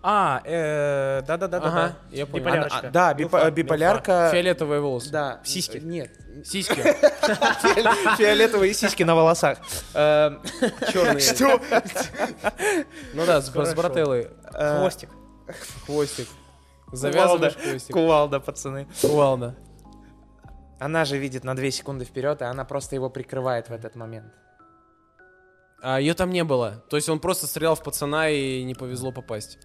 [SPEAKER 1] А, э, да-да-да-да.
[SPEAKER 6] Ага,
[SPEAKER 1] да.
[SPEAKER 4] я понял.
[SPEAKER 1] Биполярочка.
[SPEAKER 6] Она- да,
[SPEAKER 1] Билфа,
[SPEAKER 6] бипо-
[SPEAKER 1] билфа.
[SPEAKER 6] биполярка.
[SPEAKER 4] Фиолетовые волосы.
[SPEAKER 6] Да.
[SPEAKER 1] Сиськи.
[SPEAKER 6] Нет.
[SPEAKER 4] Сиськи.
[SPEAKER 6] Фиолетовые сиськи на волосах. Эм,
[SPEAKER 4] Черные. Что? Ну да, с с брателлой.
[SPEAKER 6] э,
[SPEAKER 1] Хвостик.
[SPEAKER 4] Хвостик. Завязываешь
[SPEAKER 6] Кувалда.
[SPEAKER 4] хвостик.
[SPEAKER 6] типа. Кувалда, пацаны.
[SPEAKER 4] Кувалда.
[SPEAKER 6] Она же видит на 2 секунды вперед, и она просто его прикрывает в этот момент.
[SPEAKER 4] А ее там не было. То есть он просто стрелял в пацана и не повезло попасть.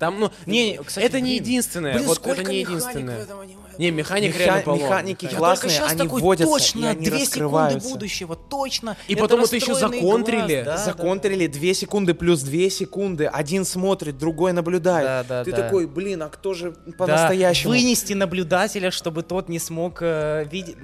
[SPEAKER 4] Там, ну, не, это не единственное.
[SPEAKER 5] Блин,
[SPEAKER 4] вот
[SPEAKER 5] сколько
[SPEAKER 4] это не
[SPEAKER 5] механик
[SPEAKER 4] единственное.
[SPEAKER 5] в этом аниме?
[SPEAKER 4] Не, механик
[SPEAKER 6] Меха-
[SPEAKER 4] реально поломан.
[SPEAKER 6] механики
[SPEAKER 4] Механик.
[SPEAKER 6] классные,
[SPEAKER 5] щас
[SPEAKER 6] они вводятся, и
[SPEAKER 5] точно,
[SPEAKER 6] они
[SPEAKER 5] 2 секунды
[SPEAKER 6] раскрываются.
[SPEAKER 5] будущего, точно.
[SPEAKER 4] И
[SPEAKER 5] Это
[SPEAKER 4] потом это еще
[SPEAKER 5] расстроенный
[SPEAKER 4] законтрили.
[SPEAKER 5] глаз, да,
[SPEAKER 6] Законтрили 2 секунды плюс 2 секунды. Один смотрит, другой наблюдает.
[SPEAKER 5] Да, да,
[SPEAKER 6] Ты
[SPEAKER 5] да.
[SPEAKER 6] такой, блин, а кто же
[SPEAKER 5] да.
[SPEAKER 6] по-настоящему?
[SPEAKER 5] Вынести наблюдателя, чтобы тот не смог э, видеть.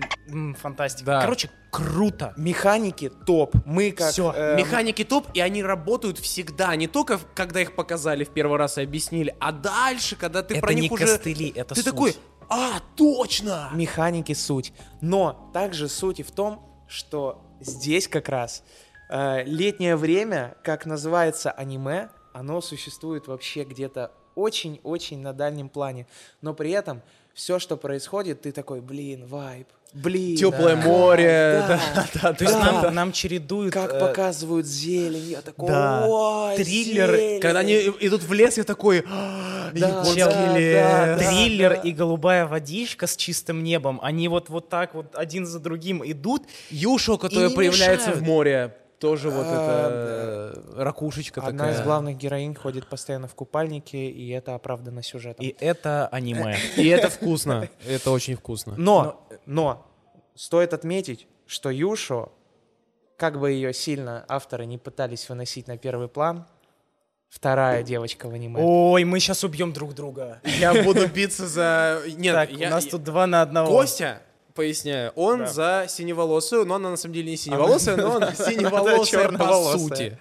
[SPEAKER 5] Фантастика.
[SPEAKER 4] Да.
[SPEAKER 5] Короче, круто.
[SPEAKER 6] Механики топ. Мы как...
[SPEAKER 5] Всё,
[SPEAKER 6] э,
[SPEAKER 4] Механики топ, и они работают всегда. Не только в- когда их показали в первый раз и объяснили, а дальше, когда ты
[SPEAKER 5] это
[SPEAKER 4] про
[SPEAKER 5] не
[SPEAKER 4] них уже...
[SPEAKER 5] костыли, это
[SPEAKER 4] ты
[SPEAKER 5] суть.
[SPEAKER 4] такой, а, точно!
[SPEAKER 6] механики суть. Но также суть и в том, что здесь как раз э, летнее время, как называется аниме, оно существует вообще где-то очень-очень на дальнем плане. Но при этом все, что происходит, ты такой, блин, вайб, блин.
[SPEAKER 4] Теплое
[SPEAKER 6] да,
[SPEAKER 4] море.
[SPEAKER 6] да,
[SPEAKER 4] да,
[SPEAKER 5] То есть
[SPEAKER 6] Да.
[SPEAKER 5] нам, нам чередуют...
[SPEAKER 6] Как
[SPEAKER 5] э,
[SPEAKER 6] показывают зелень, я такой,
[SPEAKER 5] да.
[SPEAKER 6] «Ой,
[SPEAKER 5] Триллер,
[SPEAKER 6] зелень».
[SPEAKER 4] Когда они идут в лес, я такой, «А,
[SPEAKER 6] Да,
[SPEAKER 4] японский
[SPEAKER 6] да, да,
[SPEAKER 4] лес.
[SPEAKER 6] да.
[SPEAKER 5] Триллер и голубая водичка с чистым небом, они вот вот так вот один за другим идут.
[SPEAKER 4] Юшо,
[SPEAKER 5] И
[SPEAKER 4] которая
[SPEAKER 5] не
[SPEAKER 4] появляется
[SPEAKER 5] мешают.
[SPEAKER 4] в море, тоже вот это э, ракушечка
[SPEAKER 6] Одна
[SPEAKER 4] такая.
[SPEAKER 6] из главных героинь ходит постоянно в купальнике, и это оправдано сюжетом.
[SPEAKER 5] И это аниме.
[SPEAKER 4] И это вкусно, это очень вкусно.
[SPEAKER 6] Но, но стоит отметить, что Юшо, как бы ее сильно авторы не пытались выносить на первый план, вторая девочка в аниме.
[SPEAKER 5] Ой, мы сейчас убьем друг друга.
[SPEAKER 4] Я буду биться за... Нет,
[SPEAKER 5] Так, у
[SPEAKER 4] я-
[SPEAKER 5] нас
[SPEAKER 4] я-
[SPEAKER 5] тут два на одного.
[SPEAKER 4] Костя, поясняю, он за синеволосую, но она на самом деле не синеволосая, но она синеволосая по
[SPEAKER 6] черноволосая.
[SPEAKER 4] сути.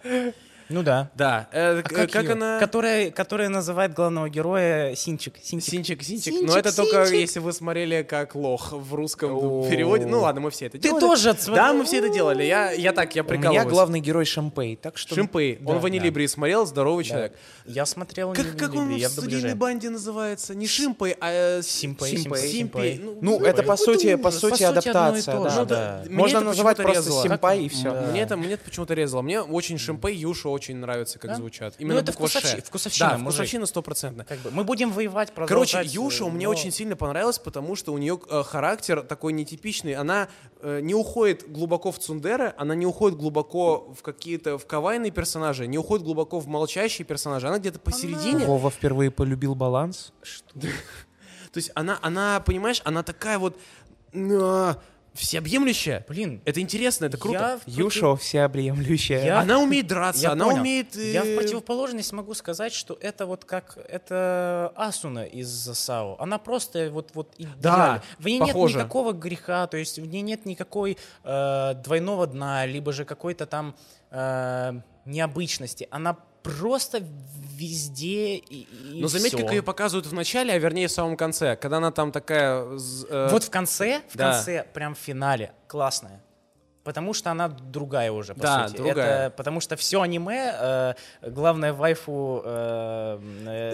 [SPEAKER 5] Ну да.
[SPEAKER 4] Да. Э, к- Как
[SPEAKER 5] её?
[SPEAKER 4] она...
[SPEAKER 5] Которая, которая называет главного героя Синчик. Синчик.
[SPEAKER 4] Синчик, синчик. Но это только если вы смотрели как лох в русском переводе. Ну ладно, мы все это делали.
[SPEAKER 5] тоже отсмотрел?
[SPEAKER 4] Да, мы все это делали. Я, я так, я
[SPEAKER 6] У меня
[SPEAKER 4] прикалываюсь.
[SPEAKER 6] главный герой Шимпей, так что...
[SPEAKER 4] Шимпей. Он в Анилибри смотрел, здоровый человек.
[SPEAKER 5] Я смотрел
[SPEAKER 4] Как, как он
[SPEAKER 5] я
[SPEAKER 4] в
[SPEAKER 5] в
[SPEAKER 4] студийной
[SPEAKER 5] дубляже.
[SPEAKER 4] банде называется? Не Шимпей, а э,
[SPEAKER 5] Симпей,
[SPEAKER 4] Симпей.
[SPEAKER 5] Симпей,
[SPEAKER 4] Симпей.
[SPEAKER 5] Симпей.
[SPEAKER 6] Ну, это по сути, по сути
[SPEAKER 5] одно и
[SPEAKER 6] адаптация.
[SPEAKER 5] то
[SPEAKER 6] да,
[SPEAKER 5] же,
[SPEAKER 6] да.
[SPEAKER 4] Ну, да. Мне
[SPEAKER 6] Можно
[SPEAKER 4] это
[SPEAKER 6] называть
[SPEAKER 4] почему-то
[SPEAKER 6] просто
[SPEAKER 4] резало.
[SPEAKER 6] Симпай и все.
[SPEAKER 4] Мне это мне это почему-то резало. Мне очень Шимпей и Юша очень нравится, как звучат. Именно
[SPEAKER 5] Ну, это
[SPEAKER 4] буква «Ш».
[SPEAKER 5] вкусовщи- вкусовщина,
[SPEAKER 4] Да,
[SPEAKER 5] мужик.
[SPEAKER 4] вкусовщина стопроцентно.
[SPEAKER 5] Как бы, Мы будем воевать,
[SPEAKER 4] Короче,
[SPEAKER 5] продолжать,
[SPEAKER 4] Юша
[SPEAKER 5] э,
[SPEAKER 4] мне
[SPEAKER 5] но-
[SPEAKER 4] очень сильно понравилась, потому что у нее э, характер такой нетипичный. Она э, не уходит глубоко в Цундеры, она не уходит глубоко в какие-то в кавайные персонажи, не уходит глубоко в молчащие персонажи. Она где-то посередине.
[SPEAKER 6] Вова впервые полюбил баланс.
[SPEAKER 4] То есть она, она, понимаешь, она такая вот э, всеобъемлющая.
[SPEAKER 5] Блин,
[SPEAKER 4] Это интересно, это круто.
[SPEAKER 5] я в против-
[SPEAKER 6] Юшо всеобъемлющая.
[SPEAKER 5] Я-
[SPEAKER 4] Она умеет драться,
[SPEAKER 5] Я
[SPEAKER 4] она
[SPEAKER 5] понял.
[SPEAKER 4] умеет... э,
[SPEAKER 5] Я в противоположность могу сказать, что это вот как это Асуна из Сао. Она просто вот вот идеально. в ней
[SPEAKER 4] похоже.
[SPEAKER 5] нет никакого греха, то есть в ней нет никакой э, двойного дна, либо же какой-то там э, необычности. Она просто везде и, и
[SPEAKER 4] Но заметь,
[SPEAKER 5] всё.
[SPEAKER 4] как ее показывают в начале, а вернее в самом конце, когда она там такая... з- э,
[SPEAKER 5] Вот в конце, в
[SPEAKER 4] Да.
[SPEAKER 5] конце, прям в финале, классная. Потому что она другая уже, по
[SPEAKER 4] Да,
[SPEAKER 5] сути.
[SPEAKER 4] другая.
[SPEAKER 5] Это потому что все аниме, э, главное вайфу... э,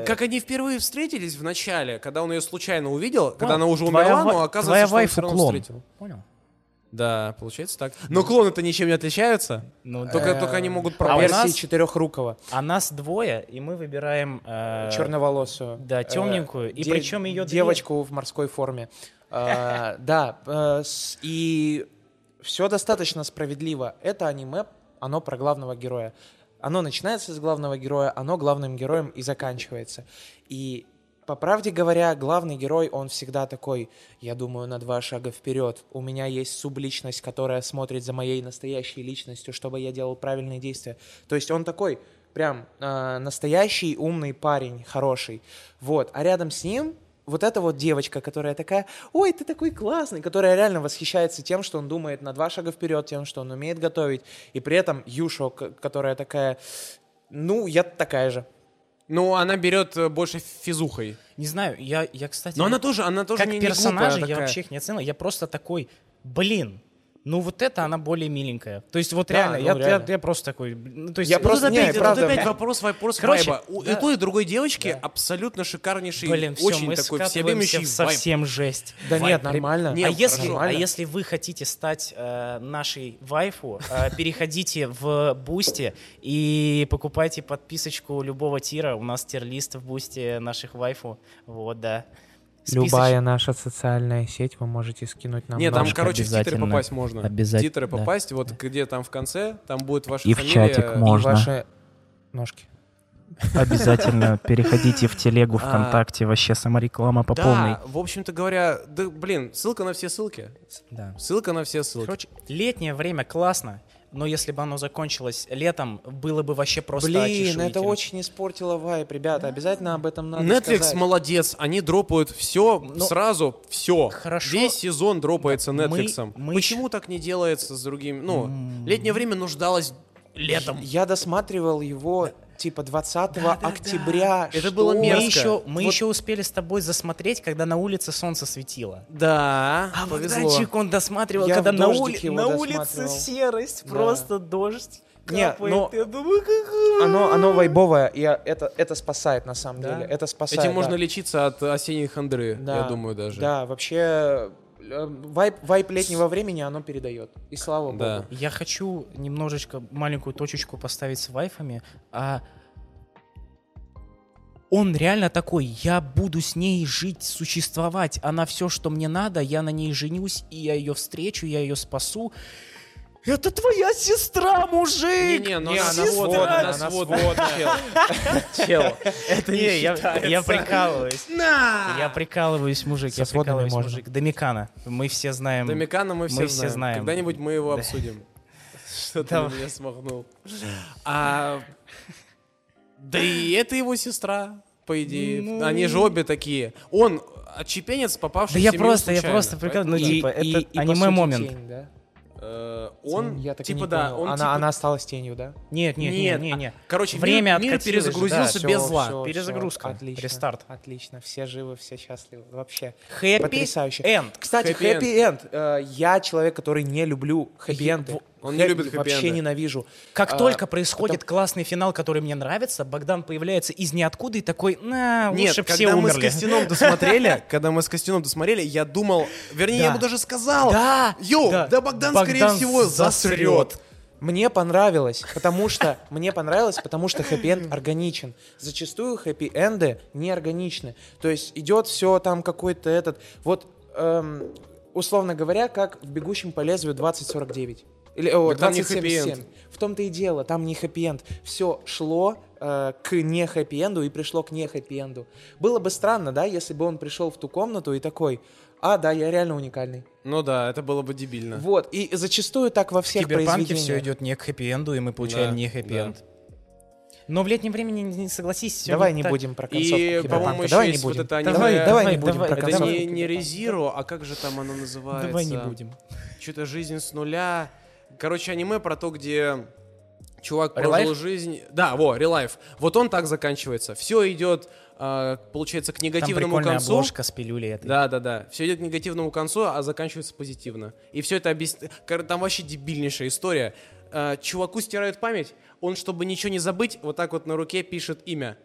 [SPEAKER 5] э,
[SPEAKER 4] Как они впервые встретились в начале, когда он ее случайно увидел, когда
[SPEAKER 5] Понял?
[SPEAKER 4] она уже
[SPEAKER 5] Ну, Твоя
[SPEAKER 4] умерла,
[SPEAKER 5] ва-
[SPEAKER 4] но оказывается,
[SPEAKER 5] твоя
[SPEAKER 4] что он
[SPEAKER 5] вайфу
[SPEAKER 4] всё равно
[SPEAKER 5] клон.
[SPEAKER 4] встретил.
[SPEAKER 5] Понял?
[SPEAKER 4] Да, получается так. Но клоны-то ничем не отличаются.
[SPEAKER 5] Ну,
[SPEAKER 4] Только,
[SPEAKER 5] да.
[SPEAKER 4] только они могут
[SPEAKER 5] А у
[SPEAKER 4] пропасть.
[SPEAKER 6] Версии
[SPEAKER 5] нас-
[SPEAKER 6] четырехрукого.
[SPEAKER 5] А нас двое, и мы выбираем... э,
[SPEAKER 6] черноволосую.
[SPEAKER 5] да, темненькую.
[SPEAKER 6] Э,
[SPEAKER 5] И причем её две.
[SPEAKER 6] девочку в морской форме. Э, Да, э, с- и все достаточно справедливо. Это аниме, оно про главного героя. Оно начинается с главного героя, оно главным героем и заканчивается. И по правде говоря, главный герой, он всегда такой, я думаю, на два шага вперед. У меня есть субличность, которая смотрит за моей настоящей личностью, чтобы я делал правильные действия. То есть он такой, прям э, настоящий умный парень, хороший. Вот. А рядом с ним вот эта вот девочка, которая такая, ой, ты такой классный, которая реально восхищается тем, что он думает на два шага вперед, тем, что он умеет готовить. И при этом Юшо, к- которая такая, ну, я такая же.
[SPEAKER 4] Ну, она берет э, больше физухой.
[SPEAKER 5] Не знаю, я, я кстати...
[SPEAKER 4] Но она тоже, она тоже
[SPEAKER 5] как
[SPEAKER 4] не, не глупая
[SPEAKER 5] персонажи я
[SPEAKER 4] такая.
[SPEAKER 5] вообще их не оценил. Я просто такой, блин, Ну вот это она более миленькая. То есть вот
[SPEAKER 6] Да,
[SPEAKER 5] реально,
[SPEAKER 6] ну
[SPEAKER 5] я,
[SPEAKER 6] реально.
[SPEAKER 5] я- я просто такой... ну, то есть,
[SPEAKER 6] Я
[SPEAKER 5] ну,
[SPEAKER 6] просто-
[SPEAKER 4] Тут
[SPEAKER 6] не,
[SPEAKER 4] опять, тут
[SPEAKER 6] правда.
[SPEAKER 4] опять вопрос, вопрос
[SPEAKER 5] Короче,
[SPEAKER 4] вайба. У и
[SPEAKER 5] да.
[SPEAKER 4] той, и другой девочки абсолютно шикарнейший,
[SPEAKER 5] Блин, все,
[SPEAKER 4] очень
[SPEAKER 5] мы
[SPEAKER 4] такой
[SPEAKER 5] скатываемся
[SPEAKER 4] всеобъемлющий
[SPEAKER 5] в
[SPEAKER 4] вайб.
[SPEAKER 5] совсем жесть.
[SPEAKER 6] Да нет, нормально.
[SPEAKER 4] Нет,
[SPEAKER 5] а, если, а
[SPEAKER 6] нормально.
[SPEAKER 5] если вы хотите стать э, нашей вайфу, э, переходите в Бусти и покупайте подписочку любого тира. У нас тир-лист в Бусти наших вайфу. Вот, да. Списоч-
[SPEAKER 11] Любая наша социальная сеть, вы можете скинуть нам.
[SPEAKER 4] Нет, там,
[SPEAKER 11] ножик.
[SPEAKER 4] короче, в титры
[SPEAKER 5] обязательно.
[SPEAKER 4] попасть можно.
[SPEAKER 5] Обязательно,
[SPEAKER 4] В титры
[SPEAKER 5] да.
[SPEAKER 4] попасть, вот где там в конце, там будет ваша
[SPEAKER 11] И в
[SPEAKER 4] фамилия.
[SPEAKER 11] чатик
[SPEAKER 6] И
[SPEAKER 11] можно.
[SPEAKER 6] ваши ножки.
[SPEAKER 5] Обязательно переходите в телегу
[SPEAKER 4] А.
[SPEAKER 5] ВКонтакте. Вообще самореклама по
[SPEAKER 4] Да, в общем-то говоря, да, блин, ссылка на все ссылки.
[SPEAKER 5] Да.
[SPEAKER 4] Ссылка на все ссылки.
[SPEAKER 5] Короче, летнее время классно, но если бы оно закончилось летом, было бы вообще просто
[SPEAKER 6] Блин,
[SPEAKER 5] очешуительно.
[SPEAKER 6] это очень испортило вайб, ребята. Обязательно об этом надо
[SPEAKER 4] Netflix
[SPEAKER 6] сказать.
[SPEAKER 4] молодец, они дропают все,
[SPEAKER 5] Ну,
[SPEAKER 4] сразу все.
[SPEAKER 5] хорошо.
[SPEAKER 4] Весь сезон дропается
[SPEAKER 5] Мы-
[SPEAKER 4] Netflix.
[SPEAKER 5] мы
[SPEAKER 4] Почему так не делается с другими? Ну, летнее время нуждалось летом.
[SPEAKER 6] Я досматривал его типа 20 октября.
[SPEAKER 4] Это
[SPEAKER 6] Что?
[SPEAKER 4] было
[SPEAKER 5] Мы
[SPEAKER 4] мерзко.
[SPEAKER 5] еще, мы
[SPEAKER 4] Вот-
[SPEAKER 5] еще успели с тобой засмотреть, когда на улице солнце светило.
[SPEAKER 4] Да,
[SPEAKER 5] А
[SPEAKER 4] повезло.
[SPEAKER 5] Богданчик, он досматривал,
[SPEAKER 6] Я
[SPEAKER 5] когда
[SPEAKER 6] в
[SPEAKER 5] на,
[SPEAKER 6] дождик
[SPEAKER 5] ули-
[SPEAKER 6] его
[SPEAKER 5] на улице
[SPEAKER 6] досматривал.
[SPEAKER 5] серость,
[SPEAKER 6] Да.
[SPEAKER 5] просто дождь
[SPEAKER 6] Не,
[SPEAKER 5] капает.
[SPEAKER 6] но-
[SPEAKER 5] Я думаю, какой...
[SPEAKER 6] Оно, оно вайбовое, и это, это спасает на самом
[SPEAKER 5] Да.
[SPEAKER 6] деле. Это спасает.
[SPEAKER 4] Этим можно
[SPEAKER 6] да.
[SPEAKER 4] лечиться от осенней хандры, я думаю даже.
[SPEAKER 6] Да, вообще э, вайб, вайб летнего времени оно передает. И слава богу.
[SPEAKER 4] Да.
[SPEAKER 5] Я хочу немножечко маленькую точечку поставить с вайфами, а он реально такой, я буду с ней жить, существовать, она все, что мне надо, я на ней женюсь, и я ее встречу, я ее спасу. Это твоя сестра, мужик!
[SPEAKER 4] Не-не, ну
[SPEAKER 6] Не,
[SPEAKER 4] она
[SPEAKER 6] она
[SPEAKER 4] сводная,
[SPEAKER 6] сводная,
[SPEAKER 4] она
[SPEAKER 6] она
[SPEAKER 4] сводная.
[SPEAKER 5] Это не, я, я прикалываюсь. Я прикалываюсь, мужик, я
[SPEAKER 11] сводными
[SPEAKER 5] прикалываюсь,
[SPEAKER 11] можно.
[SPEAKER 5] мужик. Домикана, мы все знаем.
[SPEAKER 4] Домикана мы все,
[SPEAKER 5] Мы все знаем.
[SPEAKER 4] Когда-нибудь мы его обсудим. Что ты на
[SPEAKER 5] Давай.
[SPEAKER 4] меня смахнул. А, Да и это его сестра, по
[SPEAKER 6] Ну.
[SPEAKER 4] идее. Они же обе такие. Он отчепенец, попавший
[SPEAKER 5] Да
[SPEAKER 4] в
[SPEAKER 5] я
[SPEAKER 4] семью
[SPEAKER 5] просто, я
[SPEAKER 4] случайно.
[SPEAKER 5] просто прикалываюсь. Ну,
[SPEAKER 6] И-
[SPEAKER 5] типа,
[SPEAKER 6] и-
[SPEAKER 5] это
[SPEAKER 6] и, по сути,
[SPEAKER 5] аниме-момент.
[SPEAKER 6] тень, да?
[SPEAKER 4] Э, Он,
[SPEAKER 6] Я так и
[SPEAKER 4] типа,
[SPEAKER 6] не
[SPEAKER 4] да,
[SPEAKER 6] понял.
[SPEAKER 4] он
[SPEAKER 6] она,
[SPEAKER 4] типа-
[SPEAKER 6] она осталась тенью, да?
[SPEAKER 5] Нет, нет, нет, нет, нет.
[SPEAKER 4] Короче,
[SPEAKER 5] Время
[SPEAKER 4] время мир,
[SPEAKER 5] откатилось,
[SPEAKER 4] перезагрузился
[SPEAKER 6] Всё,
[SPEAKER 4] без зла.
[SPEAKER 6] всё, всё.
[SPEAKER 5] Перезагрузка.
[SPEAKER 6] Отлично.
[SPEAKER 5] Рестарт.
[SPEAKER 6] Отлично. Все живы, все счастливы. Вообще.
[SPEAKER 5] Happy
[SPEAKER 6] Потрясающе.
[SPEAKER 5] end.
[SPEAKER 6] Кстати,
[SPEAKER 4] Happy
[SPEAKER 6] хэппи энд. Э, Я человек, который не люблю хэппи энды.
[SPEAKER 4] Он не любит
[SPEAKER 6] Вообще
[SPEAKER 4] хэппи-энды.
[SPEAKER 6] ненавижу.
[SPEAKER 5] Как
[SPEAKER 6] А,
[SPEAKER 5] только происходит классный финал, который мне нравится, Богдан появляется из ниоткуда и такой, на, А, лучше
[SPEAKER 4] Нет,
[SPEAKER 5] все
[SPEAKER 4] когда мы с
[SPEAKER 5] умерли».
[SPEAKER 4] Костяном досмотрели, когда мы с Костяном досмотрели, я думал, вернее, я
[SPEAKER 5] Да.
[SPEAKER 4] ему даже сказал,
[SPEAKER 5] Да,
[SPEAKER 4] йоу,
[SPEAKER 5] да.
[SPEAKER 4] да Богдан, скорее
[SPEAKER 5] Богдан
[SPEAKER 4] всего,
[SPEAKER 5] засрёт.
[SPEAKER 4] засрет.
[SPEAKER 6] Мне понравилось, потому что мне понравилось, потому что хэппи-энд органичен. Зачастую хэппи-энды неорганичны. То есть идет все там какой-то этот. Вот эм, условно говоря, как в бегущем по лезвию 2049. Или о,
[SPEAKER 4] Так там не
[SPEAKER 6] 2077.
[SPEAKER 4] хэппи-энд.
[SPEAKER 6] В том-то и дело, там не хэппи-энд. Все шло э, к не хэппи-энду и пришло к не хэппи-энду. Было бы странно, да, если бы он пришел в ту комнату и такой, а, да, я реально уникальный.
[SPEAKER 4] Ну да, это было бы дебильно.
[SPEAKER 6] Вот, и зачастую так во
[SPEAKER 5] В
[SPEAKER 6] всех
[SPEAKER 5] Киберпанке
[SPEAKER 6] произведениях.
[SPEAKER 5] все идет не к хэппи-энду, и мы получаем
[SPEAKER 4] Да,
[SPEAKER 5] не хэппи-энд. Но в летнем времени, не согласись, всё
[SPEAKER 6] давай
[SPEAKER 5] не
[SPEAKER 6] не
[SPEAKER 5] так.
[SPEAKER 6] будем про концовку
[SPEAKER 4] И,
[SPEAKER 6] Киберпанка.
[SPEAKER 4] по-моему, еще
[SPEAKER 6] давай не
[SPEAKER 4] есть вот
[SPEAKER 6] будем.
[SPEAKER 4] это аниме.
[SPEAKER 6] Давай, давай, не
[SPEAKER 5] Давай,
[SPEAKER 6] будем
[SPEAKER 5] давай,
[SPEAKER 6] про
[SPEAKER 4] это
[SPEAKER 6] концовку.
[SPEAKER 4] не, не
[SPEAKER 6] Киберпанка.
[SPEAKER 4] Резиро, а как же там оно называется?
[SPEAKER 5] Давай не будем.
[SPEAKER 4] Что-то «Жизнь с нуля». Короче, аниме про то, где чувак
[SPEAKER 5] Real
[SPEAKER 4] прожил
[SPEAKER 5] Life?
[SPEAKER 4] жизнь... Да, во, релайф. Вот он так заканчивается. Все идет, э, получается, к
[SPEAKER 5] Там
[SPEAKER 4] негативному
[SPEAKER 5] прикольная
[SPEAKER 4] концу.
[SPEAKER 5] обложка с пилюлей этой.
[SPEAKER 4] Да, да, да. Все идет к негативному концу, а заканчивается позитивно. И все это объясняет. Там вообще дебильнейшая история. Э, Чуваку стирают память, он, чтобы ничего не забыть, вот так вот на руке пишет имя.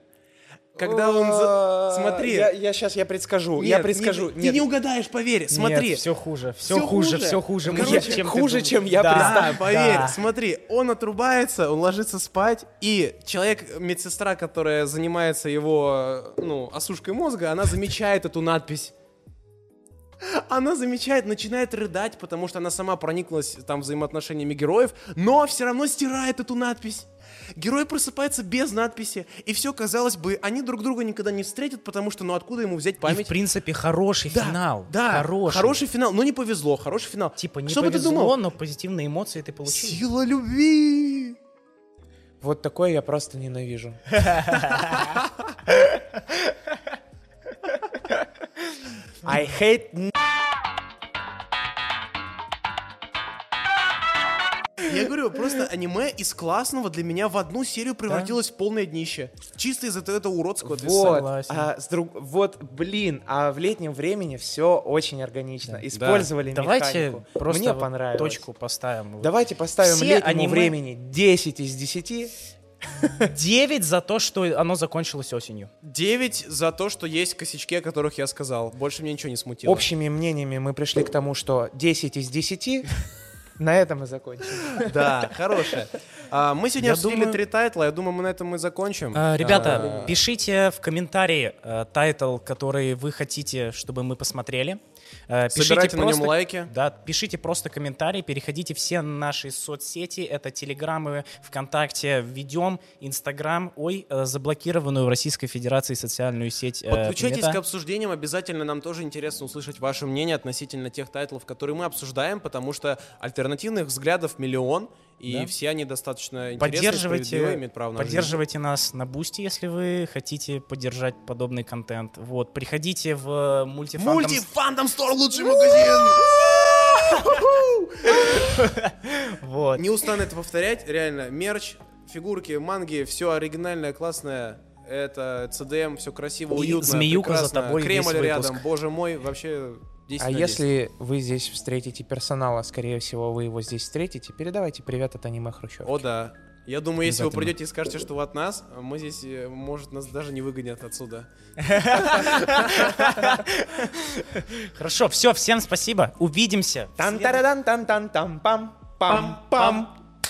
[SPEAKER 4] Когда он... за- Смотри.
[SPEAKER 6] Я, сейчас я предскажу.
[SPEAKER 4] Нет,
[SPEAKER 6] я
[SPEAKER 4] не-
[SPEAKER 6] предскажу.
[SPEAKER 4] Ты не угадаешь, поверь. Смотри.
[SPEAKER 5] все хуже, все,
[SPEAKER 4] Всё
[SPEAKER 5] хуже,
[SPEAKER 4] хуже.
[SPEAKER 5] все хуже.
[SPEAKER 4] Короче,
[SPEAKER 5] мужик, чем ты
[SPEAKER 6] хуже,
[SPEAKER 5] думал.
[SPEAKER 6] чем я
[SPEAKER 5] Да.
[SPEAKER 4] Да,
[SPEAKER 6] представлял.
[SPEAKER 4] поверь,
[SPEAKER 5] да.
[SPEAKER 4] смотри, он отрубается, он ложится спать, и человек, медсестра, которая занимается его, э, ну, осушкой мозга, она замечает эту надпись. Она замечает, начинает рыдать, потому что она сама прониклась там взаимоотношениями героев, но все равно стирает эту надпись. Герой просыпается без надписи, и все, казалось бы, они друг друга никогда не встретят, потому что ну откуда ему взять
[SPEAKER 5] И, в
[SPEAKER 4] память?
[SPEAKER 5] принципе, хороший
[SPEAKER 4] Да,
[SPEAKER 5] финал.
[SPEAKER 4] да,
[SPEAKER 5] хороший.
[SPEAKER 4] финал, но не повезло, хороший финал.
[SPEAKER 5] Типа не
[SPEAKER 4] Что бы ты
[SPEAKER 5] повезло,
[SPEAKER 4] думал?
[SPEAKER 5] но позитивные эмоции ты получил.
[SPEAKER 4] Сила любви.
[SPEAKER 6] Вот такое я просто ненавижу. I hate n-
[SPEAKER 4] Я говорю, просто просто аниме из классного для меня в одну серию превратилось в полное днище. Чисто из-за этого уродского
[SPEAKER 6] Вот,
[SPEAKER 4] твиста.
[SPEAKER 6] а с друг- вот, блин, а в летнем времени все очень органично. Использовали
[SPEAKER 5] Давайте
[SPEAKER 6] механику.
[SPEAKER 5] просто
[SPEAKER 6] Мне
[SPEAKER 5] вот
[SPEAKER 6] понравилось.
[SPEAKER 5] точку поставим. Вот
[SPEAKER 6] Давайте поставим
[SPEAKER 5] Все
[SPEAKER 6] летнему
[SPEAKER 5] аниме-
[SPEAKER 6] времени 10 из 10.
[SPEAKER 5] 9 за то, что оно закончилось осенью.
[SPEAKER 4] Девять за то, что есть косячки, о которых я сказал. Больше меня ничего не смутило.
[SPEAKER 6] Общими мнениями мы пришли к тому, что 10 из 10. На этом и закончим.
[SPEAKER 4] Да, хорошее. А, Мы сегодня
[SPEAKER 5] Я
[SPEAKER 4] обсудили
[SPEAKER 5] думаю-
[SPEAKER 4] три тайтла. Я думаю, мы на этом и закончим.
[SPEAKER 5] А,
[SPEAKER 4] А,
[SPEAKER 5] Ребята, пишите в комментарии э, тайтл, который вы хотите, чтобы мы посмотрели. Э, пишите
[SPEAKER 4] Собирайте на нем
[SPEAKER 5] просто-
[SPEAKER 4] лайки.
[SPEAKER 5] Да, пишите просто комментарии, переходите все наши соцсети, это Телеграммы, ВКонтакте, введем, Инстаграм, ой, э, заблокированную в Российской Федерации социальную сеть. э,
[SPEAKER 4] Подключайтесь
[SPEAKER 5] Мета.
[SPEAKER 4] к обсуждениям, обязательно нам тоже интересно услышать ваше мнение относительно тех тайтлов, которые мы обсуждаем, потому что альтернативных взглядов миллион, и
[SPEAKER 5] Да.
[SPEAKER 4] все они достаточно интересны, справедливы,
[SPEAKER 5] Поддерживайте,
[SPEAKER 4] имеют право на
[SPEAKER 5] поддерживайте нас на Бусти, если вы хотите поддержать подобный контент. Вот, приходите в э,
[SPEAKER 4] жизнь.
[SPEAKER 5] мультифандом.
[SPEAKER 4] Мульти Фандом Стор лучший магазин!
[SPEAKER 5] Вот.
[SPEAKER 4] Не устану это повторять, реально, мерч, фигурки, манги, все оригинальное, классное. Это CDM, все красиво,
[SPEAKER 5] И
[SPEAKER 4] уютно,
[SPEAKER 5] змеюка за
[SPEAKER 4] прекрасно.
[SPEAKER 5] тобой весь
[SPEAKER 4] Кремль
[SPEAKER 5] выпуск.
[SPEAKER 4] рядом, боже мой, вообще 10
[SPEAKER 12] А
[SPEAKER 4] на 10.
[SPEAKER 12] если вы здесь встретите персонала, скорее всего, вы его здесь встретите, передавайте привет от аниме Хрущев.
[SPEAKER 4] О, да. Я думаю, если вы
[SPEAKER 5] Обязательно.
[SPEAKER 4] придете и скажете, что вы от нас, мы здесь, э, может, нас даже не выгонят отсюда.
[SPEAKER 5] Хорошо, все, всем спасибо. Увидимся.
[SPEAKER 6] Тан-тарадан, тан-тан-там, пам, пам, пам.